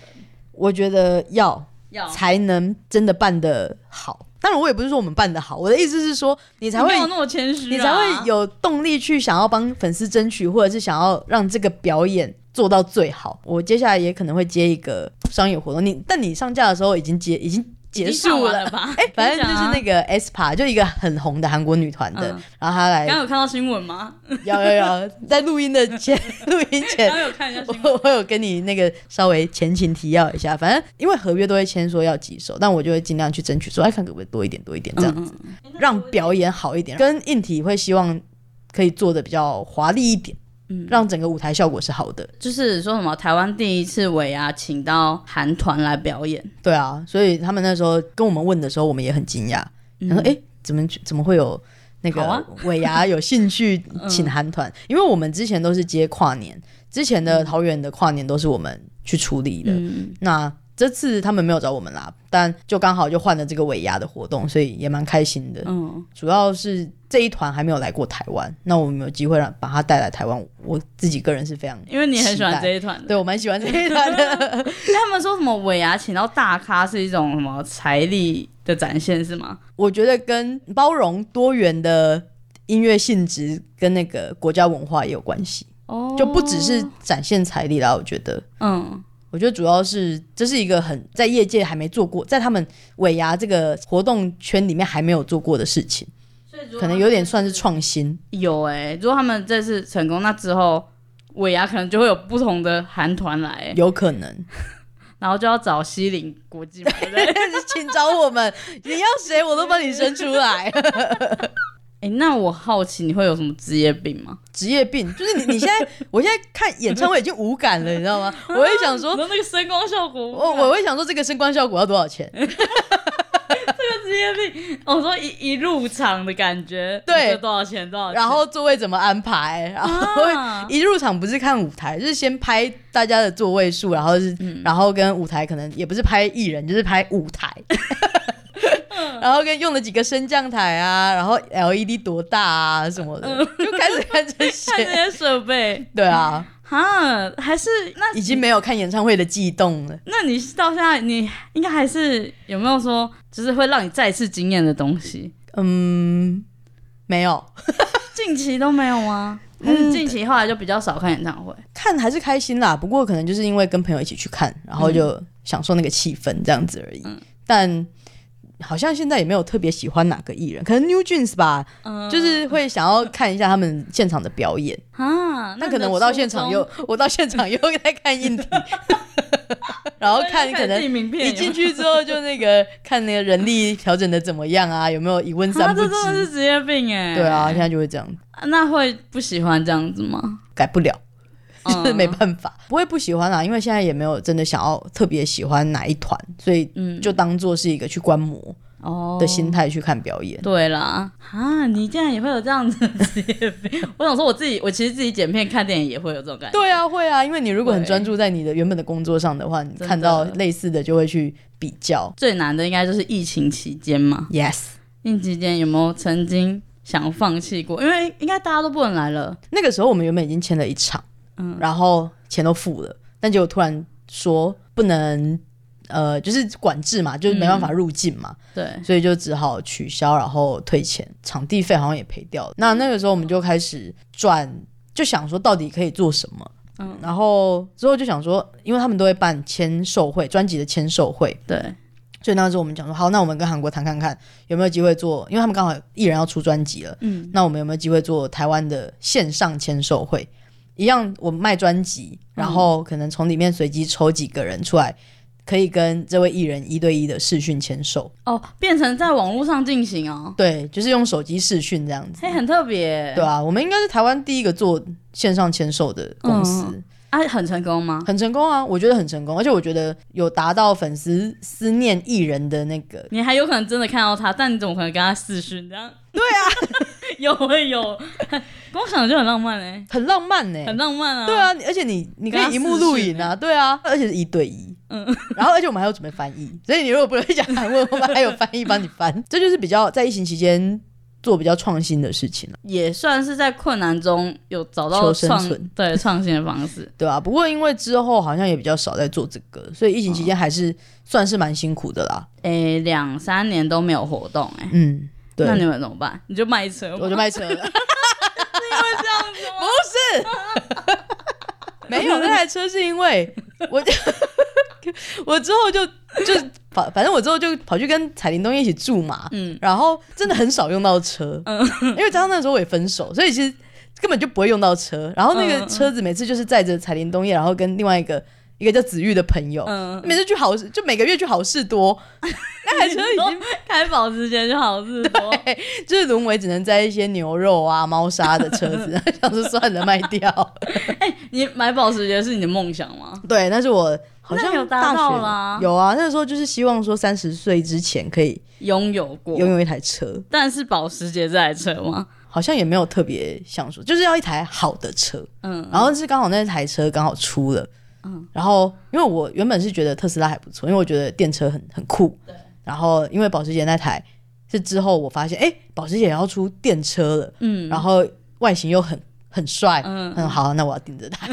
Speaker 1: 我觉得要
Speaker 3: 要
Speaker 1: 才能真的办得好。当然，我也不是说我们办得好，我的意思是说，你才会
Speaker 3: 没有那么谦虚、啊，
Speaker 1: 你才会有动力去想要帮粉丝争取，或者是想要让这个表演做到最好。我接下来也可能会接一个商业活动，你但你上架的时候已经结已经
Speaker 3: 已
Speaker 1: 结
Speaker 3: 经唱
Speaker 1: 束
Speaker 3: 完
Speaker 1: 了
Speaker 3: 了。吧？
Speaker 1: 哎、反正
Speaker 3: 你
Speaker 1: 就
Speaker 3: 讲
Speaker 1: 是
Speaker 3: 啊
Speaker 1: 那个 SPA，就一个很红的韩国女团的，
Speaker 3: 嗯
Speaker 1: 然后她来
Speaker 3: 刚刚有看到新闻吗？
Speaker 1: 有有有，在录音的前 录音
Speaker 3: 刚
Speaker 1: 前，
Speaker 3: 刚有看一下新 闻。
Speaker 1: 我我有跟你那个稍微前情提要一下，反正因为合约都会签说要几首，但我就会尽量去争取说，哎，看可不可以多一点多一点这样
Speaker 3: 嗯
Speaker 1: 子，
Speaker 3: 嗯
Speaker 1: 让表演好一点，跟硬体会希望可以做的比较华丽一点，
Speaker 3: 嗯
Speaker 1: 让整个舞台效果是好的。
Speaker 3: 就是说什么台湾第一次尾牙请到韩团来表演，
Speaker 1: 对啊，所以他们那时候跟我们问的时候，我们也很惊讶，
Speaker 3: 嗯
Speaker 1: 他说，哎，怎么怎么会有？那
Speaker 3: 好啊嗯
Speaker 1: 个尾 牙有兴趣请韩团，因为我们之前都是接跨年，之前的桃园的跨年都是我们去处理的，
Speaker 3: 嗯，
Speaker 1: 那这次他们没有找我们啦，但就刚好就换了这个尾牙的活动，所以也蛮开心的。
Speaker 3: 嗯，
Speaker 1: 主要是这一团还没有来过台湾，那我们有机会让把他带来台湾，我自己个人是非常
Speaker 3: 因为你很喜欢
Speaker 1: 期待
Speaker 3: 这一团的，
Speaker 1: 对我蛮喜欢这一团的。
Speaker 3: 但他们说什么尾牙请到大咖是一种什么财力的展现是吗？
Speaker 1: 我觉得跟包容多元的音乐性质跟那个国家文化也有关系，
Speaker 3: 哦，
Speaker 1: 就不只是展现财力啦，我觉得。
Speaker 3: 嗯
Speaker 1: 我觉得主要是这是一个很在业界还没做过，在他们尾牙这个活动圈里面还没有做过的事情，可能有点算是创新。
Speaker 3: 欸有哎、如果他们这次成功，那之后尾牙可能就会有不同的韩团来，
Speaker 1: 有可能。
Speaker 3: 然后就要找西岭国际嘛， 对不对？
Speaker 1: 请找我们，你要谁我都帮你生出来。
Speaker 3: 哎、那我好奇你会有什么职业病吗？
Speaker 1: 职业病就是你，你现在，我现在看演唱会已经无感了，你知道吗？我会想
Speaker 3: 我
Speaker 1: 说，
Speaker 3: 说那个声光效果，
Speaker 1: 我我会想说这个升官效果要多少钱？
Speaker 3: 职业病，我说一一入场的感觉，
Speaker 1: 对
Speaker 3: 你觉得多少钱？多少钱？
Speaker 1: 然后座位怎么安 排？然后
Speaker 3: 啊
Speaker 1: 一入场不是看舞台，就是先拍大家的座位数，然后是，然后跟舞台可能也不是拍艺人，就是拍舞台。 然后跟用了几个升降台啊，然后 LED 多大啊什么的，就 开始看这
Speaker 3: 看这
Speaker 1: 些。
Speaker 3: 些设备，
Speaker 1: 对啊，
Speaker 3: 哈，还是那
Speaker 1: 已经没有看演唱会的悸动了。
Speaker 3: 那你到现在，你应该还是有没有说，就是会让你再次惊艳的东西？
Speaker 1: 嗯，没有
Speaker 3: 近期都没有吗？还是近期后来就比较少看演唱会？
Speaker 1: 看还是开心啦，不过可能就是因为跟朋友一起去看，然
Speaker 3: 嗯
Speaker 1: 后就享受那个气氛这样子而已。但好像现在也没有特别喜欢哪个艺人，可能 New Jeans 吧，
Speaker 3: 嗯，
Speaker 1: 就是会想要看一下他们现场的表演。
Speaker 3: 啊，
Speaker 1: 那
Speaker 3: 你
Speaker 1: 可
Speaker 3: 的
Speaker 1: 能我到
Speaker 3: 初
Speaker 1: 现场
Speaker 3: 衷
Speaker 1: 又， 我到现场又在看硬 体，然后看可能
Speaker 3: 自己名片
Speaker 1: 一
Speaker 3: 有
Speaker 1: 进去之后就那个看那个人力调整的怎么样啊，有没有一问
Speaker 3: 啊，
Speaker 1: 三不
Speaker 3: 这真的
Speaker 1: 知？
Speaker 3: 是职业病哎。
Speaker 1: 对啊，现在就会这样，
Speaker 3: 那会不喜欢这样子吗？
Speaker 1: 改不了。就是
Speaker 3: 嗯
Speaker 1: 没办法，不会不喜欢啊啦，因为现在也没有真的想要特别喜欢哪一团，所以
Speaker 3: 嗯
Speaker 1: 就当做是一个去观摩
Speaker 3: 哦
Speaker 1: 的心态去看表演。
Speaker 3: 对啦，啊，你竟然也会有这样子的职业病！ 我想说，我自己，我其实自己剪片看电影也会有这种感觉。
Speaker 1: 对啊，会啊，因为你如果很
Speaker 3: 会
Speaker 1: 专注在你的原本的工作上的话，你
Speaker 3: 真
Speaker 1: 看到
Speaker 3: 的
Speaker 1: 类似的就会去比较。
Speaker 3: 最难的应该就是疫情期间嘛，
Speaker 1: Yes，
Speaker 3: 疫情期间有没有曾经想放弃过？因为应该大家都不能来了，
Speaker 1: 那个时候我们原本已经签了一场，
Speaker 3: 嗯
Speaker 1: 然后钱都付了，但结果突然说不能，呃，就是管制嘛，就是没办法入境嘛。
Speaker 3: 对，
Speaker 1: 所以就只好取消，然后退钱，场地费好像也赔掉了。那那个时候我们就开始转，就想说到底可以做什么。
Speaker 3: 嗯，
Speaker 1: 然后之后就想说，因为他们都会办签售会，专辑的签售会，
Speaker 3: 对，
Speaker 1: 所以那时候我们讲说，好，那我们跟韩国谈看看有没有机会做，因为他们刚好艺人要出专辑了，
Speaker 3: 嗯，
Speaker 1: 那我们有没有机会做台湾的线上签售会？一样，我卖专辑，然后可能从里面随机抽几个人出来，可以跟这位艺人一对一的视讯签售。
Speaker 3: 哦，变成在网络上进行哦，
Speaker 1: 对，就是用手机视讯这样子。
Speaker 3: 嘿，很特别，欸
Speaker 1: 对，啊，我们应该是台湾第一个做线上签售的公司，
Speaker 3: 嗯啊，很成功吗？
Speaker 1: 很成功啊，我觉得很成功，而且我觉得有达到粉丝思念艺人的那个，
Speaker 3: 你还有可能真的看到他，但你怎么可能跟他视讯这样？对啊， 有会有，光想就很浪漫哎、
Speaker 1: 很浪漫呢、
Speaker 3: 很浪漫啊。
Speaker 1: 对，啊，而且你你可
Speaker 3: 跟他
Speaker 1: 以一幕录影
Speaker 3: 视讯
Speaker 1: 啊，
Speaker 3: 欸
Speaker 1: 对啊，而且是一对一，嗯
Speaker 3: 嗯，
Speaker 1: 然后而且我们还要准备翻译，所以你如果不会讲韩文，我们还有翻译帮你翻，这就是比较在疫情期间做比较创新的事情啊了，
Speaker 3: 也算是在困难中有找到
Speaker 1: 求生
Speaker 3: 创
Speaker 1: 存
Speaker 3: 对创新的 方式。
Speaker 1: 对啊，不过因为之后好像也比较少在做这个，所以疫情期间还是算是蛮辛苦的啦，
Speaker 3: 诶、两三年都没有活动哎、
Speaker 1: 嗯，对。
Speaker 3: 那你们怎么办？你就卖车吗？
Speaker 1: 我就卖 车了。是因为这样子吗？不是， 没有那台车是因为我 我之后就就反反正我之后就跑去跟彩铃东一起住嘛，
Speaker 3: 嗯
Speaker 1: 然后真的很少用到车，因为加上那时候我也分手，所以其实根本就不会用到车。然后那
Speaker 3: 嗯
Speaker 1: 个
Speaker 3: 嗯
Speaker 1: 车子每次就是载着彩铃东叶，然后跟另外一个一个叫子玉的朋友，
Speaker 3: 嗯，
Speaker 1: 每次去好事就每个月去好事多， 那台车已经
Speaker 3: 开保时捷就好事 多。
Speaker 1: 就是沦为只能摘一些牛肉啊、猫砂的车子， 想说算了卖掉。
Speaker 3: 你买保时捷是你的梦想吗？
Speaker 1: 对，但是我好像
Speaker 3: 那有达
Speaker 1: 大学
Speaker 3: 到啦
Speaker 1: 有啊，那时候就是希望说三十岁之前可以
Speaker 3: 拥有过，
Speaker 1: 拥有一台车，
Speaker 3: 但是保时捷这台车吗？
Speaker 1: 好像也没有特别想说，就是要一台好的车。
Speaker 3: 嗯
Speaker 1: 然后是刚好那台车刚好出了，
Speaker 3: 嗯
Speaker 1: 然后因为我原本是觉得特斯拉还不错，因为我觉得电车很很酷，然后因为保时捷那台是之后我发现，哎、保时捷也要出电车了，
Speaker 3: 嗯，
Speaker 1: 然后外形又很很帅，
Speaker 3: 嗯
Speaker 1: 嗯，好，那我要盯着它，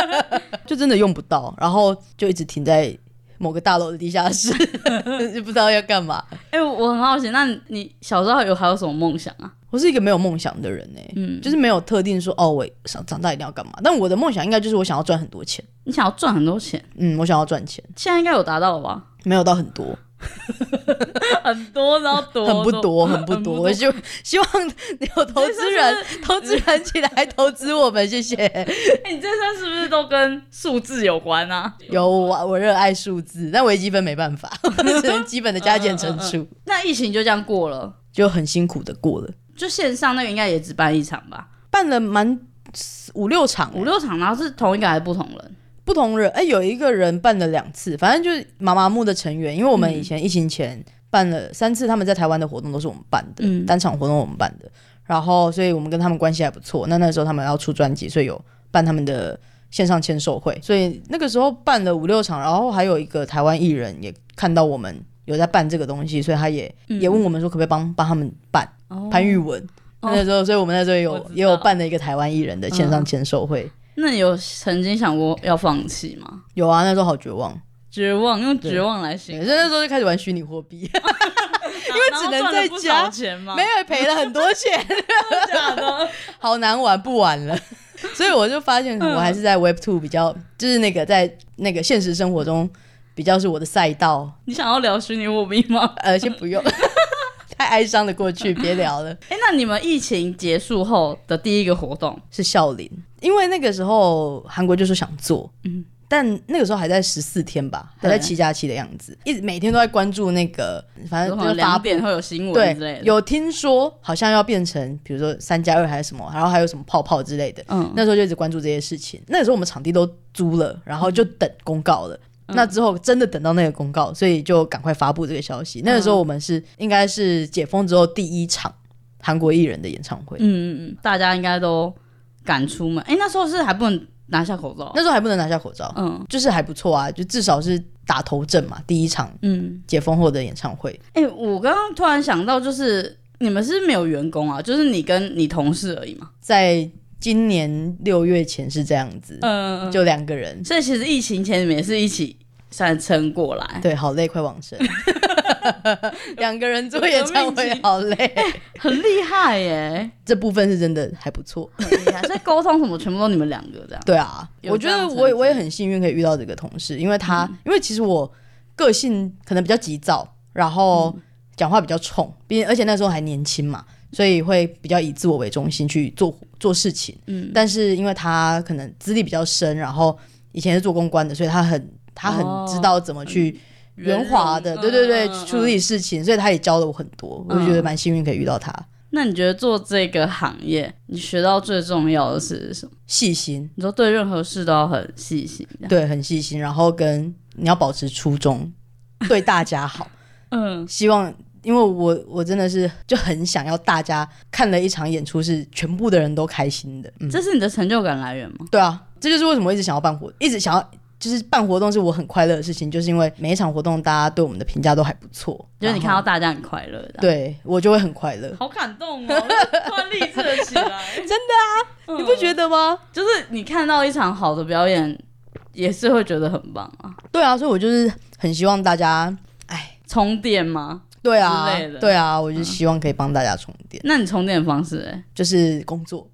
Speaker 1: 就真的用不到，然后就一直停在某个大楼的地下室， 就不知道要干嘛。
Speaker 3: 哎、我很好奇，那你小时候有还有什么梦想啊？
Speaker 1: 我是一个没有梦想的人呢、
Speaker 3: 嗯，
Speaker 1: 就是没有特定说哦，我想长大一定要干嘛。但我的梦想应该就是我想要赚很多钱，
Speaker 3: 你想要赚很多钱，
Speaker 1: 嗯，我想要赚钱，
Speaker 3: 现在应该有达到了吧？
Speaker 1: 没有到很多，
Speaker 3: 很多，然后多
Speaker 1: 很不多，很不
Speaker 3: 哦很
Speaker 1: 多。
Speaker 3: 不
Speaker 1: 我
Speaker 3: 多
Speaker 1: 希望 希望有投资人，投资人起来投资我们，谢 谢。
Speaker 3: 哎、你这身是不是都 跟数字有关啊？
Speaker 1: 有我，我热爱数字，但微积分没办法， 只能基本的加减乘
Speaker 3: 嗯
Speaker 1: 除，
Speaker 3: 那疫情就这样过了，
Speaker 1: 就很辛苦的过了。
Speaker 3: 就线上那个应该也只办一场吧，
Speaker 1: 办了蛮五六场，
Speaker 3: 五六场，然后是同一个还是不同人？
Speaker 1: 不同人，哎、有一个人办了两次，反正就是麻麻木的成员，因为我
Speaker 3: 嗯
Speaker 1: 们以前疫情前办了三次，他们在台湾的活动都是我们办的，
Speaker 3: 嗯
Speaker 1: 单场活动我们办的，然后所以我们跟他们关系还不错。那那时候他们要出专辑，所以有办他们的线上签售会，所以那个时候办了五六场，然后还有一个台湾艺人也看到我们有在办这个东西，所以他也、
Speaker 3: 嗯
Speaker 1: 也问我们说可不可以帮帮他们办潘玉文。
Speaker 3: 哦
Speaker 1: 那时候，所以我们那时候也
Speaker 3: 我
Speaker 1: 有
Speaker 3: 知道嗯
Speaker 1: 也有办了一个台湾艺人的线上签售会，
Speaker 3: 那你有曾经想过要放弃吗？
Speaker 1: 有啊，那时候好绝望，
Speaker 3: 绝望，用
Speaker 1: 对
Speaker 3: 绝望来形
Speaker 1: 对，
Speaker 3: 容，
Speaker 1: 所以那时候就开始玩虚拟货币，
Speaker 3: 因为
Speaker 1: 只能在家
Speaker 3: 钱吗？
Speaker 1: 没有赔了很多钱，
Speaker 3: 有假的，
Speaker 1: 好难玩，不玩了。 所以我就发现，
Speaker 3: 嗯
Speaker 1: 我还是在 Web Two 比较，就是那个在那个现实生活中比较是我的赛道。
Speaker 3: 你想要聊虚拟货币吗？
Speaker 1: 呃，先不用， 太哀伤的过去，别聊 了。
Speaker 3: 哎、那你们疫情结束后的第一个活动，
Speaker 1: 是笑林，因为那个时候韩国就说想做，嗯
Speaker 3: 嗯，
Speaker 1: 但那个时候还在十四天吧，还在
Speaker 3: 对
Speaker 1: 七加七的样子，一直每天都在关注那个，反
Speaker 3: 有
Speaker 1: 正
Speaker 3: 可
Speaker 1: 就是
Speaker 3: 能
Speaker 1: 发
Speaker 3: 两
Speaker 1: 布
Speaker 3: 点会有新闻之类
Speaker 1: 对
Speaker 3: 的，，
Speaker 1: 有听说好像要变成，比如说三加二还是什么，然后还有什么泡泡之类的。
Speaker 3: 嗯，
Speaker 1: 那时候就一直关注这些事情。那时候我们场地都租了，然后
Speaker 3: 嗯
Speaker 1: 就等公告了。那之后真的等到那个公告，所以就赶快发布这个消息。那个时
Speaker 3: 嗯
Speaker 1: 候我们是应该是解封之后第一场韩国艺人的演唱会，
Speaker 3: 嗯嗯嗯，大家应该都敢出门。哎、那时候是还不能拿下口罩，
Speaker 1: 那时候还不能拿下口罩，
Speaker 3: 嗯
Speaker 1: 就是还不错啊，就至少是打头阵嘛。第一场
Speaker 3: 嗯，
Speaker 1: 解封后的演唱会，
Speaker 3: 哎、我刚刚突然想到，就是你们是没有员工啊，就是你跟你同事而已嘛。
Speaker 1: 在今年六月前是这样子，
Speaker 3: 嗯就
Speaker 1: 就两个人，
Speaker 3: 所以其实疫情前你们也是一起算撑过来，
Speaker 1: 对，好累，快往 生。两个人做演唱会好累，
Speaker 3: 很厉害耶，
Speaker 1: 这部分是真的还不错。
Speaker 3: 很厉 害。所以沟通什么全部都你们两个这样。
Speaker 1: 对啊，
Speaker 3: 有
Speaker 1: 我觉
Speaker 3: 这
Speaker 1: 得
Speaker 3: 样子
Speaker 1: 我也
Speaker 3: 很
Speaker 1: 我也很幸运可以遇到这个同事，因为他、
Speaker 3: 嗯
Speaker 1: 因为其实我个性可能比较急躁，然后
Speaker 3: 嗯
Speaker 1: 讲话比较冲，并而且那时候还年轻嘛，所以会比较以自我为中心去做做事情。
Speaker 3: 嗯，
Speaker 1: 但是因为他可能资历比较深，然后以前是做公关的，所以他很他很
Speaker 3: 哦
Speaker 1: 知道怎么去圆滑的，
Speaker 3: 圆
Speaker 1: 对
Speaker 3: 融
Speaker 1: 对对
Speaker 3: 嗯嗯，嗯
Speaker 1: 处理事情，所以他也教了我很多，我就觉得
Speaker 3: 嗯
Speaker 1: 蛮幸运可以遇到他。
Speaker 3: 那你觉得做这个行业，你学到最重要的是什么？
Speaker 1: 细心，
Speaker 3: 你说对任何事都要很细心，这样
Speaker 1: 对，很细心，然后跟你要保持初 衷，对大家好。
Speaker 3: 嗯，
Speaker 1: 希望，因为我我真的是就很想要大家看了一场演出是全部的人都开心的。嗯，
Speaker 3: 这是你的成就感来源吗？
Speaker 1: 对啊，这就是为什么我一直想要办活，一直想要就是办活动是我很快乐的事情，就是因为每一场活动大家对我们的评价都还不错，
Speaker 3: 就是你看
Speaker 1: 然后
Speaker 3: 到大家很快乐，这样，
Speaker 1: 对我就会很快 乐。
Speaker 3: 好感动哦，突然励志了起来， 真的啊，
Speaker 1: 你不觉得吗？
Speaker 3: 就是你看到一场好的表演，也是会觉得很棒啊，
Speaker 1: 对啊，所以我就是很希望大家，哎，
Speaker 3: 充电吗？
Speaker 1: 对啊
Speaker 3: 之类，的嗯
Speaker 1: 对啊，我就希望可以帮大家充电，
Speaker 3: 那你充电的方式、欸，
Speaker 1: 就是工 作，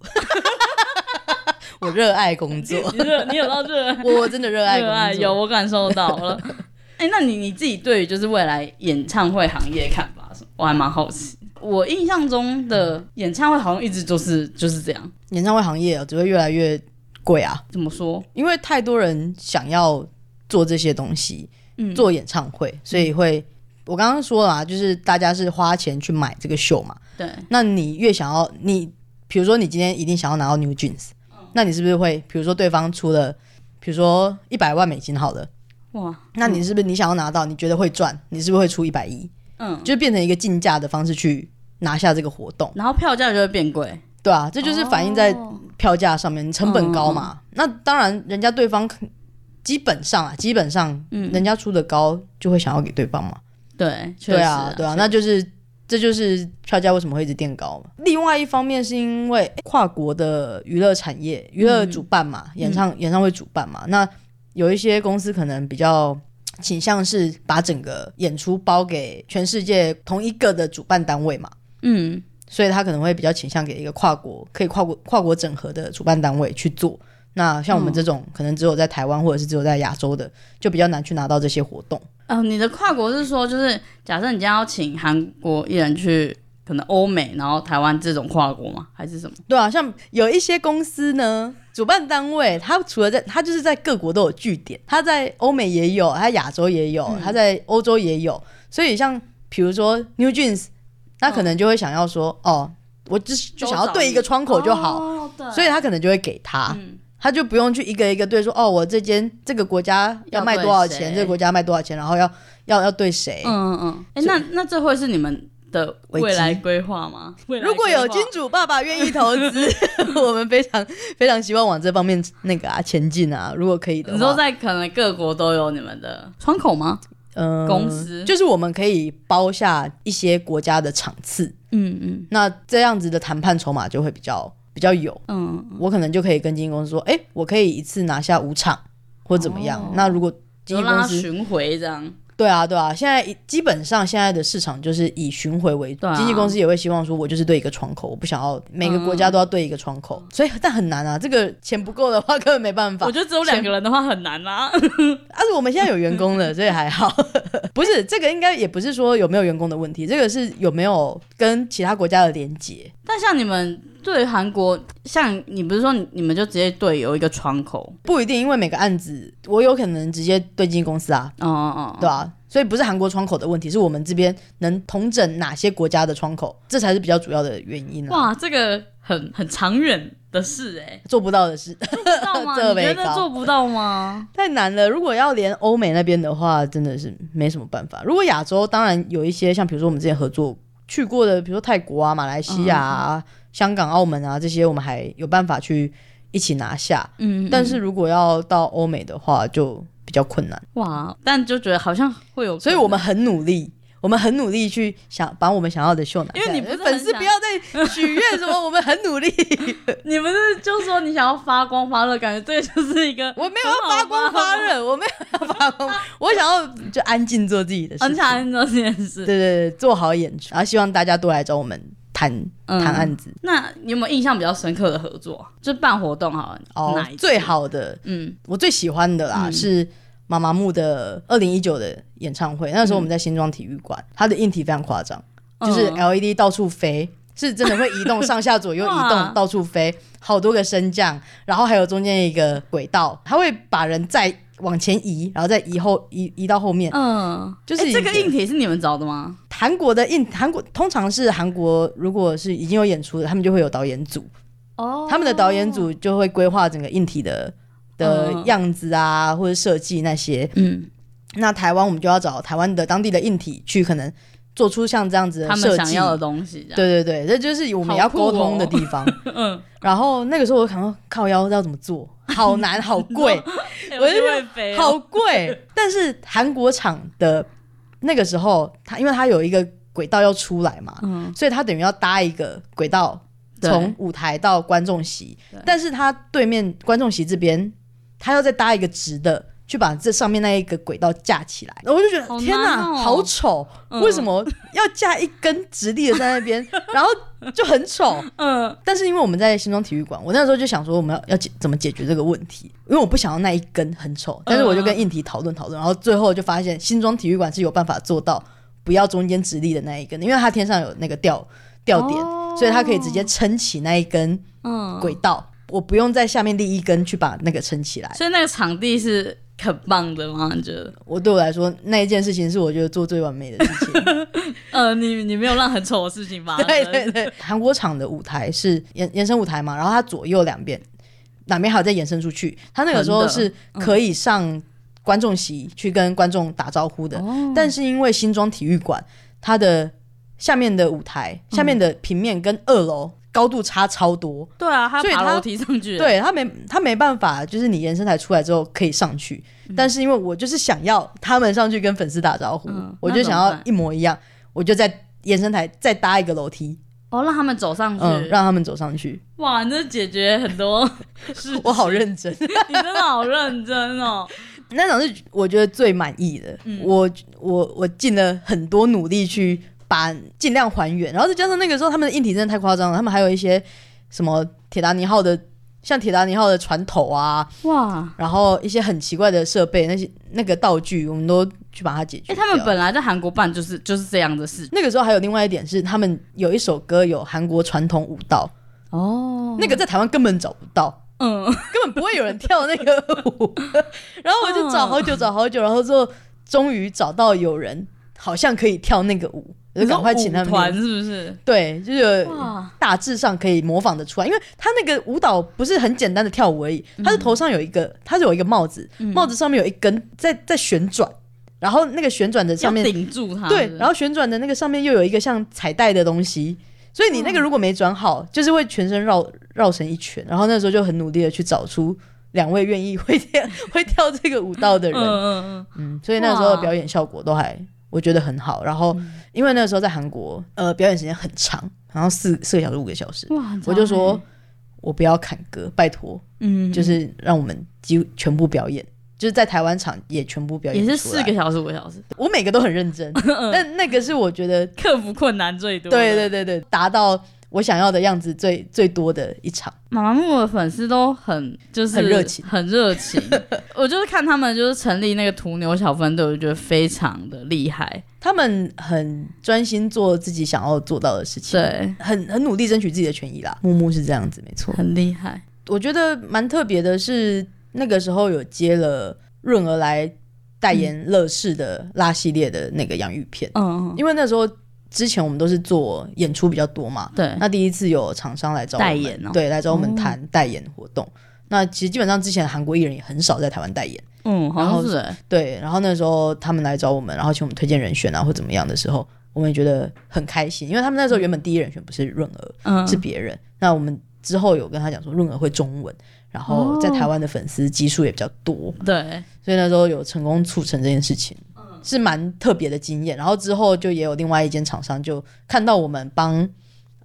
Speaker 1: 我热爱工作，
Speaker 3: 你热，你有到热
Speaker 1: 我我真的热爱
Speaker 3: 热爱，
Speaker 1: 工
Speaker 3: 有
Speaker 1: 作。
Speaker 3: 我感受到了。 哎、那你你自己对于就是未来演唱会行业看法是什么？我还蛮好奇。我印象中的演唱会好像一直就是就是这样，
Speaker 1: 演唱会行业哦只会越来越贵啊，
Speaker 3: 怎么说？
Speaker 1: 因为太多人想要做这些东西，
Speaker 3: 嗯
Speaker 1: 做演唱会，所以会。我刚刚说了啊，就是大家是花钱去买这个秀嘛。
Speaker 3: 对，
Speaker 1: 那你越想要，你比如说你今天一定想要拿到 New Jeans，、那
Speaker 3: 嗯
Speaker 1: 你是不是会，比如说对方出了，比如说一百万美金好了，
Speaker 3: 哇，
Speaker 1: 那你是不是你想要拿到，你觉得会赚，你是不是会出一百一？
Speaker 3: 嗯，
Speaker 1: 就变成一个竞价的方式去拿下这个活动，
Speaker 3: 然后票价就会变贵，
Speaker 1: 对啊，这就是反映在
Speaker 3: 哦
Speaker 1: 票价上面，你成本高
Speaker 3: 嗯
Speaker 1: 嘛。那当然，人家对方肯基本上啊，基本上，
Speaker 3: 嗯
Speaker 1: 人家出的高就会想要给对方嘛。
Speaker 3: 对，确
Speaker 1: 对
Speaker 3: 实
Speaker 1: 啊，对啊，那就是这就是票价为什么会一直垫高嘛。另外一方面是因为诶跨国的娱乐产业，娱乐主办嘛，
Speaker 3: 嗯
Speaker 1: 演唱演唱会主办嘛，那有一些公司可能比较。倾向是把整个演出包给全世界同一个的主办单位嘛，
Speaker 3: 嗯，
Speaker 1: 所以他可能会比较倾向给一个跨国可以跨国跨国整合的主办单位去做。那像我们这种、可能只有在台湾或者是只有在亚洲的，就比较难去拿到这些活动。
Speaker 3: 哦，你的跨国是说，就是假设你今天要请韩国艺人去可能欧美，然后台湾这种跨国吗？还是什么？
Speaker 1: 对啊，像有一些公司呢，主办单位它除了在，它就是在各国都有据点，它在欧美也有，它亚洲也有，它在欧洲也有。所以像比如说 New Jeans，他可能就会想要说，哦，我就是就想要对一个窗口就好，
Speaker 3: 哦、对
Speaker 1: 所以他可能就会给他。
Speaker 3: 嗯
Speaker 1: 他就不用去一个一个对说哦，我这间这个国家要卖多少
Speaker 3: 要对
Speaker 1: 钱，
Speaker 3: 谁
Speaker 1: 这个国家卖多少钱，然后要要要对谁。
Speaker 3: 嗯嗯嗯，哎、那那这会是你们的
Speaker 1: 危
Speaker 3: 未来
Speaker 1: 机
Speaker 3: 规划吗？未来
Speaker 1: 如果有
Speaker 3: 规划
Speaker 1: 金主爸爸愿意投资， 我们非常非常希望往这方面那个啊前进啊。如果可以的
Speaker 3: 你说
Speaker 1: 话，
Speaker 3: 在可能各国都有你们的窗口吗？
Speaker 1: 嗯
Speaker 3: 公司
Speaker 1: 就是我们可以包下一些国家的场次，
Speaker 3: 嗯嗯
Speaker 1: 那这样子的谈判筹码就会比较比较有。
Speaker 3: 嗯，
Speaker 1: 我可能就可以跟经纪公司说，哎、我可以一次拿下五场或怎么样。
Speaker 3: 哦
Speaker 1: 那如果经
Speaker 3: 就
Speaker 1: 纪
Speaker 3: 让
Speaker 1: 公
Speaker 3: 他
Speaker 1: 司
Speaker 3: 巡回这样。
Speaker 1: 对啊，对啊，现在一基本上现在的市场就是以巡回为主，
Speaker 3: 对啊
Speaker 1: 经纪公司也会希望说，我就是对一个窗口，我不想要每个国家都要对一个窗
Speaker 3: 嗯
Speaker 1: 口，所以但很难啊，这个钱不够的话根本没办 法
Speaker 3: 我。觉得只有两个人的话很难啦、啊。
Speaker 1: 但是我们现在有员工了，所以还好。 不是这个应该也不是说有没有员工的问题，这个是有没有跟其他国家的连接。
Speaker 3: 但像你们对韩国，像你不是说你你们就直接对有一个窗口？
Speaker 1: 不一定，因为每个案子我有可能直接对经纪公司啊，
Speaker 3: 哦哦，哦
Speaker 1: 对啊，所以不是韩国窗口的问题，是我们这边能统整哪些国家的窗口，这才是比较主要的原因啊。
Speaker 3: 哇，这个很很长远的事 哎、
Speaker 1: 做不到的事，
Speaker 3: 做不到吗？
Speaker 1: 这
Speaker 3: 你
Speaker 1: 没
Speaker 3: 觉
Speaker 1: 搞
Speaker 3: 得做不到吗？
Speaker 1: 太难了。如果要连欧美那边的话，真的是没什么办法。如果亚洲，当然有一些像比如说我们之前合作去过的，比如说泰国啊、马来西亚啊、
Speaker 3: 嗯
Speaker 1: 香港、澳门啊这些，我们还有办法去一起拿下。
Speaker 3: 嗯，
Speaker 1: 但
Speaker 3: 嗯
Speaker 1: 是如果要到欧美的话，就比较困难。
Speaker 3: 哇，但就觉得好像会有可能，
Speaker 1: 所以我们很努力。我们很努力去想把我们想要的秀拿下来，
Speaker 3: 因为你不是很
Speaker 1: 粉丝
Speaker 3: 想
Speaker 1: 不要再许愿什么，我们很努力，
Speaker 3: 你们是就说你想要发光发热，感觉这就是一个
Speaker 1: 我没有要发光发热，我没有要发光，我想要就安静做自己的事
Speaker 3: 很
Speaker 1: 情。
Speaker 3: 想按照这件事。
Speaker 1: 对对对，做好演出，然后希望大家多来找我们谈
Speaker 3: 嗯
Speaker 1: 谈案子。
Speaker 3: 那你有没有印象比较深刻的合作啊？就办活动好了，
Speaker 1: 哦
Speaker 3: 哪一，次
Speaker 1: 最好的
Speaker 3: 嗯
Speaker 1: 我最喜欢的啦、
Speaker 3: 嗯
Speaker 1: 是妈妈木的二零一九的演唱会，那时候我们在新庄体育馆，它的硬体非常夸张，
Speaker 3: 嗯
Speaker 1: 就是 LED 到处飞。是真的会移动，上下左右移
Speaker 3: 哇
Speaker 1: 动，到处飞，好多个升降，然后还有中间一个轨道，它会把人再往前移，然后再移后移移到后面。
Speaker 3: 嗯，
Speaker 1: 就是
Speaker 3: 诶这个
Speaker 1: 一个
Speaker 3: 硬体是你们找的吗？
Speaker 1: 韩国的硬韩国通常是韩国，如果是已经有演出的，他们就会有导演组，
Speaker 3: 哦
Speaker 1: 他们的导演组就会规划整个硬体的的
Speaker 3: 嗯
Speaker 1: 样子啊，或者设计那些。
Speaker 3: 嗯，
Speaker 1: 那台湾我们就要找台湾的当地的硬体去，可能做出像这样子
Speaker 3: 他
Speaker 1: 的
Speaker 3: 们
Speaker 1: 设
Speaker 3: 想
Speaker 1: 计。
Speaker 3: 要的东西，这样，
Speaker 1: 对对对，这就是我们要沟通的地方。
Speaker 3: 嗯，
Speaker 1: 然后那个时候我就想说，靠腰要怎么做，好难，好 贵，
Speaker 3: 诶
Speaker 1: 我就
Speaker 3: 就会飞哦，
Speaker 1: 好贵。 但是韩国场的那个时候，它因为它有一个轨道要出来嘛，
Speaker 3: 嗯，
Speaker 1: 所以它等于要搭一个轨道，
Speaker 3: 对
Speaker 1: 从舞台到观众席
Speaker 3: 对，
Speaker 1: 但是它对面观众席这边，它要再搭一个直的，去把这上面那一个轨道架起来。然后我就觉得、
Speaker 3: 好难
Speaker 1: 天哪，
Speaker 3: 哦
Speaker 1: 好丑！
Speaker 3: 嗯
Speaker 1: 为什么要架一根直立的在那 边，然后就很丑？
Speaker 3: 嗯，
Speaker 1: 但是因为我们在新庄体育馆，我那时候就想说我们要要解怎么解决这个问题，因为我不想要那一根很丑，但是我就跟硬体讨论讨论，然后最后就发现新庄体育馆是有办法做到不要中间直立的那一根的，因为它天上有那个吊吊点，
Speaker 3: 哦
Speaker 1: 所以它可以直接撑起那一根
Speaker 3: 嗯，
Speaker 1: 轨道，我不用在下面立一根去把那个撑起来。
Speaker 3: 所以那个场地是很棒的吗？你觉得？
Speaker 1: 我对我来说那一件事情是我觉得做最完美的事情。
Speaker 3: 呃，你你没有让很丑的事情 发生，
Speaker 1: 对对对，韩国场的舞台是延延伸舞台嘛，然后它左右两边，两边还有再延伸出去。它那个时候
Speaker 3: 横的
Speaker 1: 是可以上观众席去跟观众打招呼的，
Speaker 3: 哦
Speaker 1: 但是因为新庄体育馆它的下面的舞台、
Speaker 3: 嗯
Speaker 1: 下面的平面跟二楼高度差超多，
Speaker 3: 对啊，他
Speaker 1: 所以
Speaker 3: 爬
Speaker 1: 他
Speaker 3: 楼梯上去，，
Speaker 1: 对它没它没办法，就是你延伸台出来之后可以上去，
Speaker 3: 嗯
Speaker 1: 但是因为我就是想要他们上去跟粉丝打招呼，
Speaker 3: 嗯
Speaker 1: 我就想
Speaker 3: 那怎
Speaker 1: 要
Speaker 3: 么办
Speaker 1: 一模一样，我就在延伸台再搭一个楼梯。
Speaker 3: 哦，让他们走上去，
Speaker 1: 嗯，让他们走上去。
Speaker 3: 哇，你这解决很多 事，
Speaker 1: 我好认真，
Speaker 3: 你真的好认真哦。
Speaker 1: 那场是我觉得最满意的。
Speaker 3: 嗯
Speaker 1: 我我我尽了很多努力去把尽量还原，然后再加上那个时候他们的硬体真的太夸张了，他们还有一些什么铁达尼号的像铁达尼号的船头啊，
Speaker 3: 哇！
Speaker 1: 然后一些很奇怪的设备，那些那个道具，我们都去把它解决
Speaker 3: 哎、
Speaker 1: 掉。
Speaker 3: 他们本来在韩国办就是就是这样的事
Speaker 1: 那个时候还有另外一点是，他们有一首歌有韩国传统舞蹈，
Speaker 3: 哦
Speaker 1: 那个在台湾根本找不到，
Speaker 3: 嗯，
Speaker 1: 根本不会有人跳那个舞。 然后我就找好久，
Speaker 3: 嗯
Speaker 1: 找好久，然后之后终于找到有人好像可以跳那个舞，我就赶快请他
Speaker 3: 舞团
Speaker 1: 们。
Speaker 3: 是不是？
Speaker 1: 对，就是有
Speaker 3: 哇，
Speaker 1: 大致上可以模仿的出来，因为他那个舞蹈不是很简单的跳舞而已，他
Speaker 3: 嗯
Speaker 1: 是头上有一个，他是有一个帽子，帽子上面有一根在在旋转，然后那个旋转的上
Speaker 3: 要
Speaker 1: 面
Speaker 3: 顶住他。
Speaker 1: 对，然
Speaker 3: 后
Speaker 1: 后旋转的那个上面又有一个像彩带的东西，所以你
Speaker 3: 嗯
Speaker 1: 那个如果没转好，就是会全身绕绕成一圈。然后那时候就很努力的去找出两位愿意会跳 会跳这个舞蹈的
Speaker 3: 嗯
Speaker 1: 人，
Speaker 3: 嗯嗯，
Speaker 1: 嗯，所以那时候的
Speaker 3: 哇
Speaker 1: 表演效果都还我觉得很好。然后
Speaker 3: 嗯
Speaker 1: 因为那时候在韩国，呃，表演时间很长，然后四四个小时五个小时，
Speaker 3: 哇！
Speaker 1: 我就说，我不要砍歌，拜托，
Speaker 3: 嗯，
Speaker 1: 就是让我们几乎全部表演。就是在台湾场也全部表演
Speaker 3: 也是
Speaker 1: 出来
Speaker 3: 四个，嗯小时五个小时，
Speaker 1: 我每个都很认 真，但那个是我觉得
Speaker 3: 克服困难最多。
Speaker 1: 对对，对对，达到我想要的样子最最多的一场。
Speaker 3: 妈妈木的粉丝都很就是
Speaker 1: 很热情
Speaker 3: 很热 情。我就是看他们就是成立那个途牛小分队，我就觉得非常的厉害。
Speaker 1: 他们很专心做自己想要做到的事情，，
Speaker 3: 对，
Speaker 1: 很很努力争取自己的权益啦。木木是这样子，没错。
Speaker 3: 很厉害。
Speaker 1: 我觉得蛮特别的是，那个时候有接了润儿来代言乐视的拉系列的那个洋芋片，
Speaker 3: 嗯，嗯
Speaker 1: 因为那时候之前我们都是做演出比较多嘛，
Speaker 3: 对，
Speaker 1: 那第一次有厂商来找我们
Speaker 3: 代言哦
Speaker 1: 对，来找我们谈代言活动。那其实基本上之前韩国艺人也很少在台湾代言。
Speaker 3: 嗯，好像是欸
Speaker 1: 对，然后那时候他们来找我们，然后请我们推荐人选啊，或怎么样的时候，我们也觉得很开心，因为他们那时候原本第一人选不是润儿，
Speaker 3: 嗯，
Speaker 1: 是别人。那我们之后有跟他讲说，润儿会中文，然后
Speaker 3: 哦
Speaker 1: 在台湾的粉丝基数也比较多，
Speaker 3: 对，
Speaker 1: 所以那时候有成功促成这件事情，是蛮特别的经验。然后之后就也有另外一间厂商就看到我们帮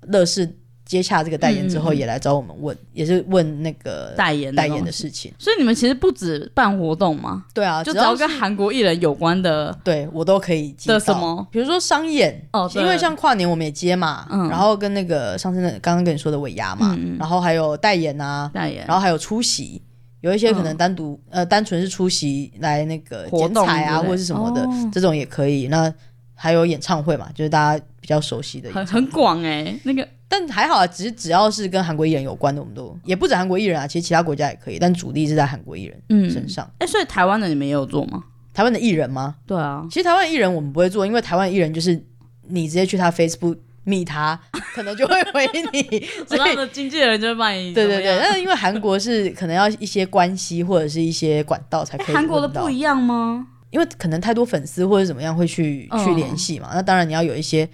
Speaker 1: 乐视接洽这个代言之后，
Speaker 3: 嗯嗯嗯
Speaker 1: 也来找我们问，也是问那个
Speaker 3: 代言
Speaker 1: 代言
Speaker 3: 东
Speaker 1: 的
Speaker 3: 西。
Speaker 1: 事情。
Speaker 3: 所以你们其实不止办活动嘛，
Speaker 1: 对啊，
Speaker 3: 就
Speaker 1: 只
Speaker 3: 只要
Speaker 1: 要
Speaker 3: 跟韩国艺人有关的
Speaker 1: 对我都可以记
Speaker 3: 的什
Speaker 1: 到
Speaker 3: 么，
Speaker 1: 比如说商演
Speaker 3: 哦对
Speaker 1: 因为像跨年我们也接嘛，
Speaker 3: 嗯
Speaker 1: 然后跟那个上次那刚刚跟你说的尾牙嘛，
Speaker 3: 嗯嗯
Speaker 1: 然后还有代言啊，
Speaker 3: 代言，
Speaker 1: 然后还有出席，有一些
Speaker 3: 嗯
Speaker 1: 可能单独、呃单纯是出席来那个
Speaker 3: 活
Speaker 1: 剪
Speaker 3: 动
Speaker 1: 彩啊
Speaker 3: 之类
Speaker 1: 或者是什么的、
Speaker 3: 哦
Speaker 1: 这种也可以。那还有演唱会嘛，就是大家比较熟悉的演
Speaker 3: 很
Speaker 1: 唱会
Speaker 3: 很广哎、那个
Speaker 1: 但还好啊，只是只要是跟韩国艺人有关的，我们都也不止韩国艺人啊，其实其他国家也可以，但主力是在韩国艺人
Speaker 3: 嗯，
Speaker 1: 身上。
Speaker 3: 哎、所以台湾的你们也有做吗？
Speaker 1: 台湾的艺人吗？
Speaker 3: 对啊，。
Speaker 1: 其实台湾艺人我们不会做，因为台湾艺人就是你直接去他 Facebook 密他，可能就会回你 所
Speaker 3: 所以他
Speaker 1: 以
Speaker 3: 的经纪人就会帮你
Speaker 1: 对
Speaker 3: 怎
Speaker 1: 对
Speaker 3: 么
Speaker 1: 对，
Speaker 3: 样
Speaker 1: 但是因为韩国是可能要一些关系或者是一些管道才可以
Speaker 3: 哎
Speaker 1: 问到。
Speaker 3: 韩国的不一样吗？
Speaker 1: 因为可能太多粉丝或者怎么样会去
Speaker 3: 嗯
Speaker 1: 去联系嘛。那当然你要有一些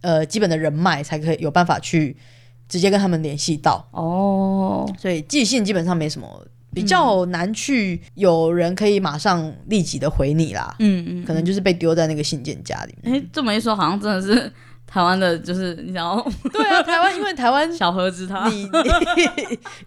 Speaker 1: 呃基本的人脉，才可以有办法去直接跟他们联系到。
Speaker 3: 哦，
Speaker 1: 所以寄信基本上没什么，比
Speaker 3: 嗯
Speaker 1: 较难去有人可以马上立即的回你啦。
Speaker 3: 嗯嗯，
Speaker 1: 可能就是被丢在那个信件夹里面。
Speaker 3: 哎、这么一说，好像真的是台湾的，就是你想要
Speaker 1: 对啊，台湾因为台 湾
Speaker 3: 小盒子他，
Speaker 1: 你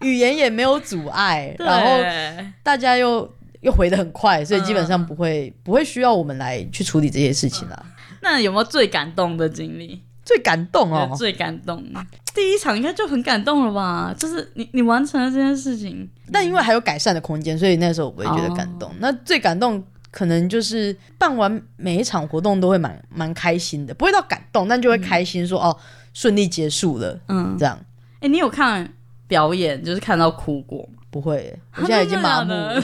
Speaker 1: 语言也没有阻碍，
Speaker 3: 对
Speaker 1: 然后大家又又回的很快，所以基本上不会、
Speaker 3: 嗯
Speaker 1: 不会需要我们来去处理这些事情啦。
Speaker 3: 那有没有最感动的经历？
Speaker 1: 最感动哦，
Speaker 3: 最感动的，第一场应该就很感动了吧？就是你你完成了这件事情，
Speaker 1: 但因为还有改善的空间，所以那时候我不会觉得感
Speaker 3: 哦
Speaker 1: 动。那最感动可能就是办完每一场活动都会蛮蛮开心的，不会到感动，但就会开心说、哦顺利结束了
Speaker 3: 嗯，
Speaker 1: 这样。
Speaker 3: 哎、你有看表演就是看到哭过啊吗？
Speaker 1: 不会耶，我现在已经麻木 了，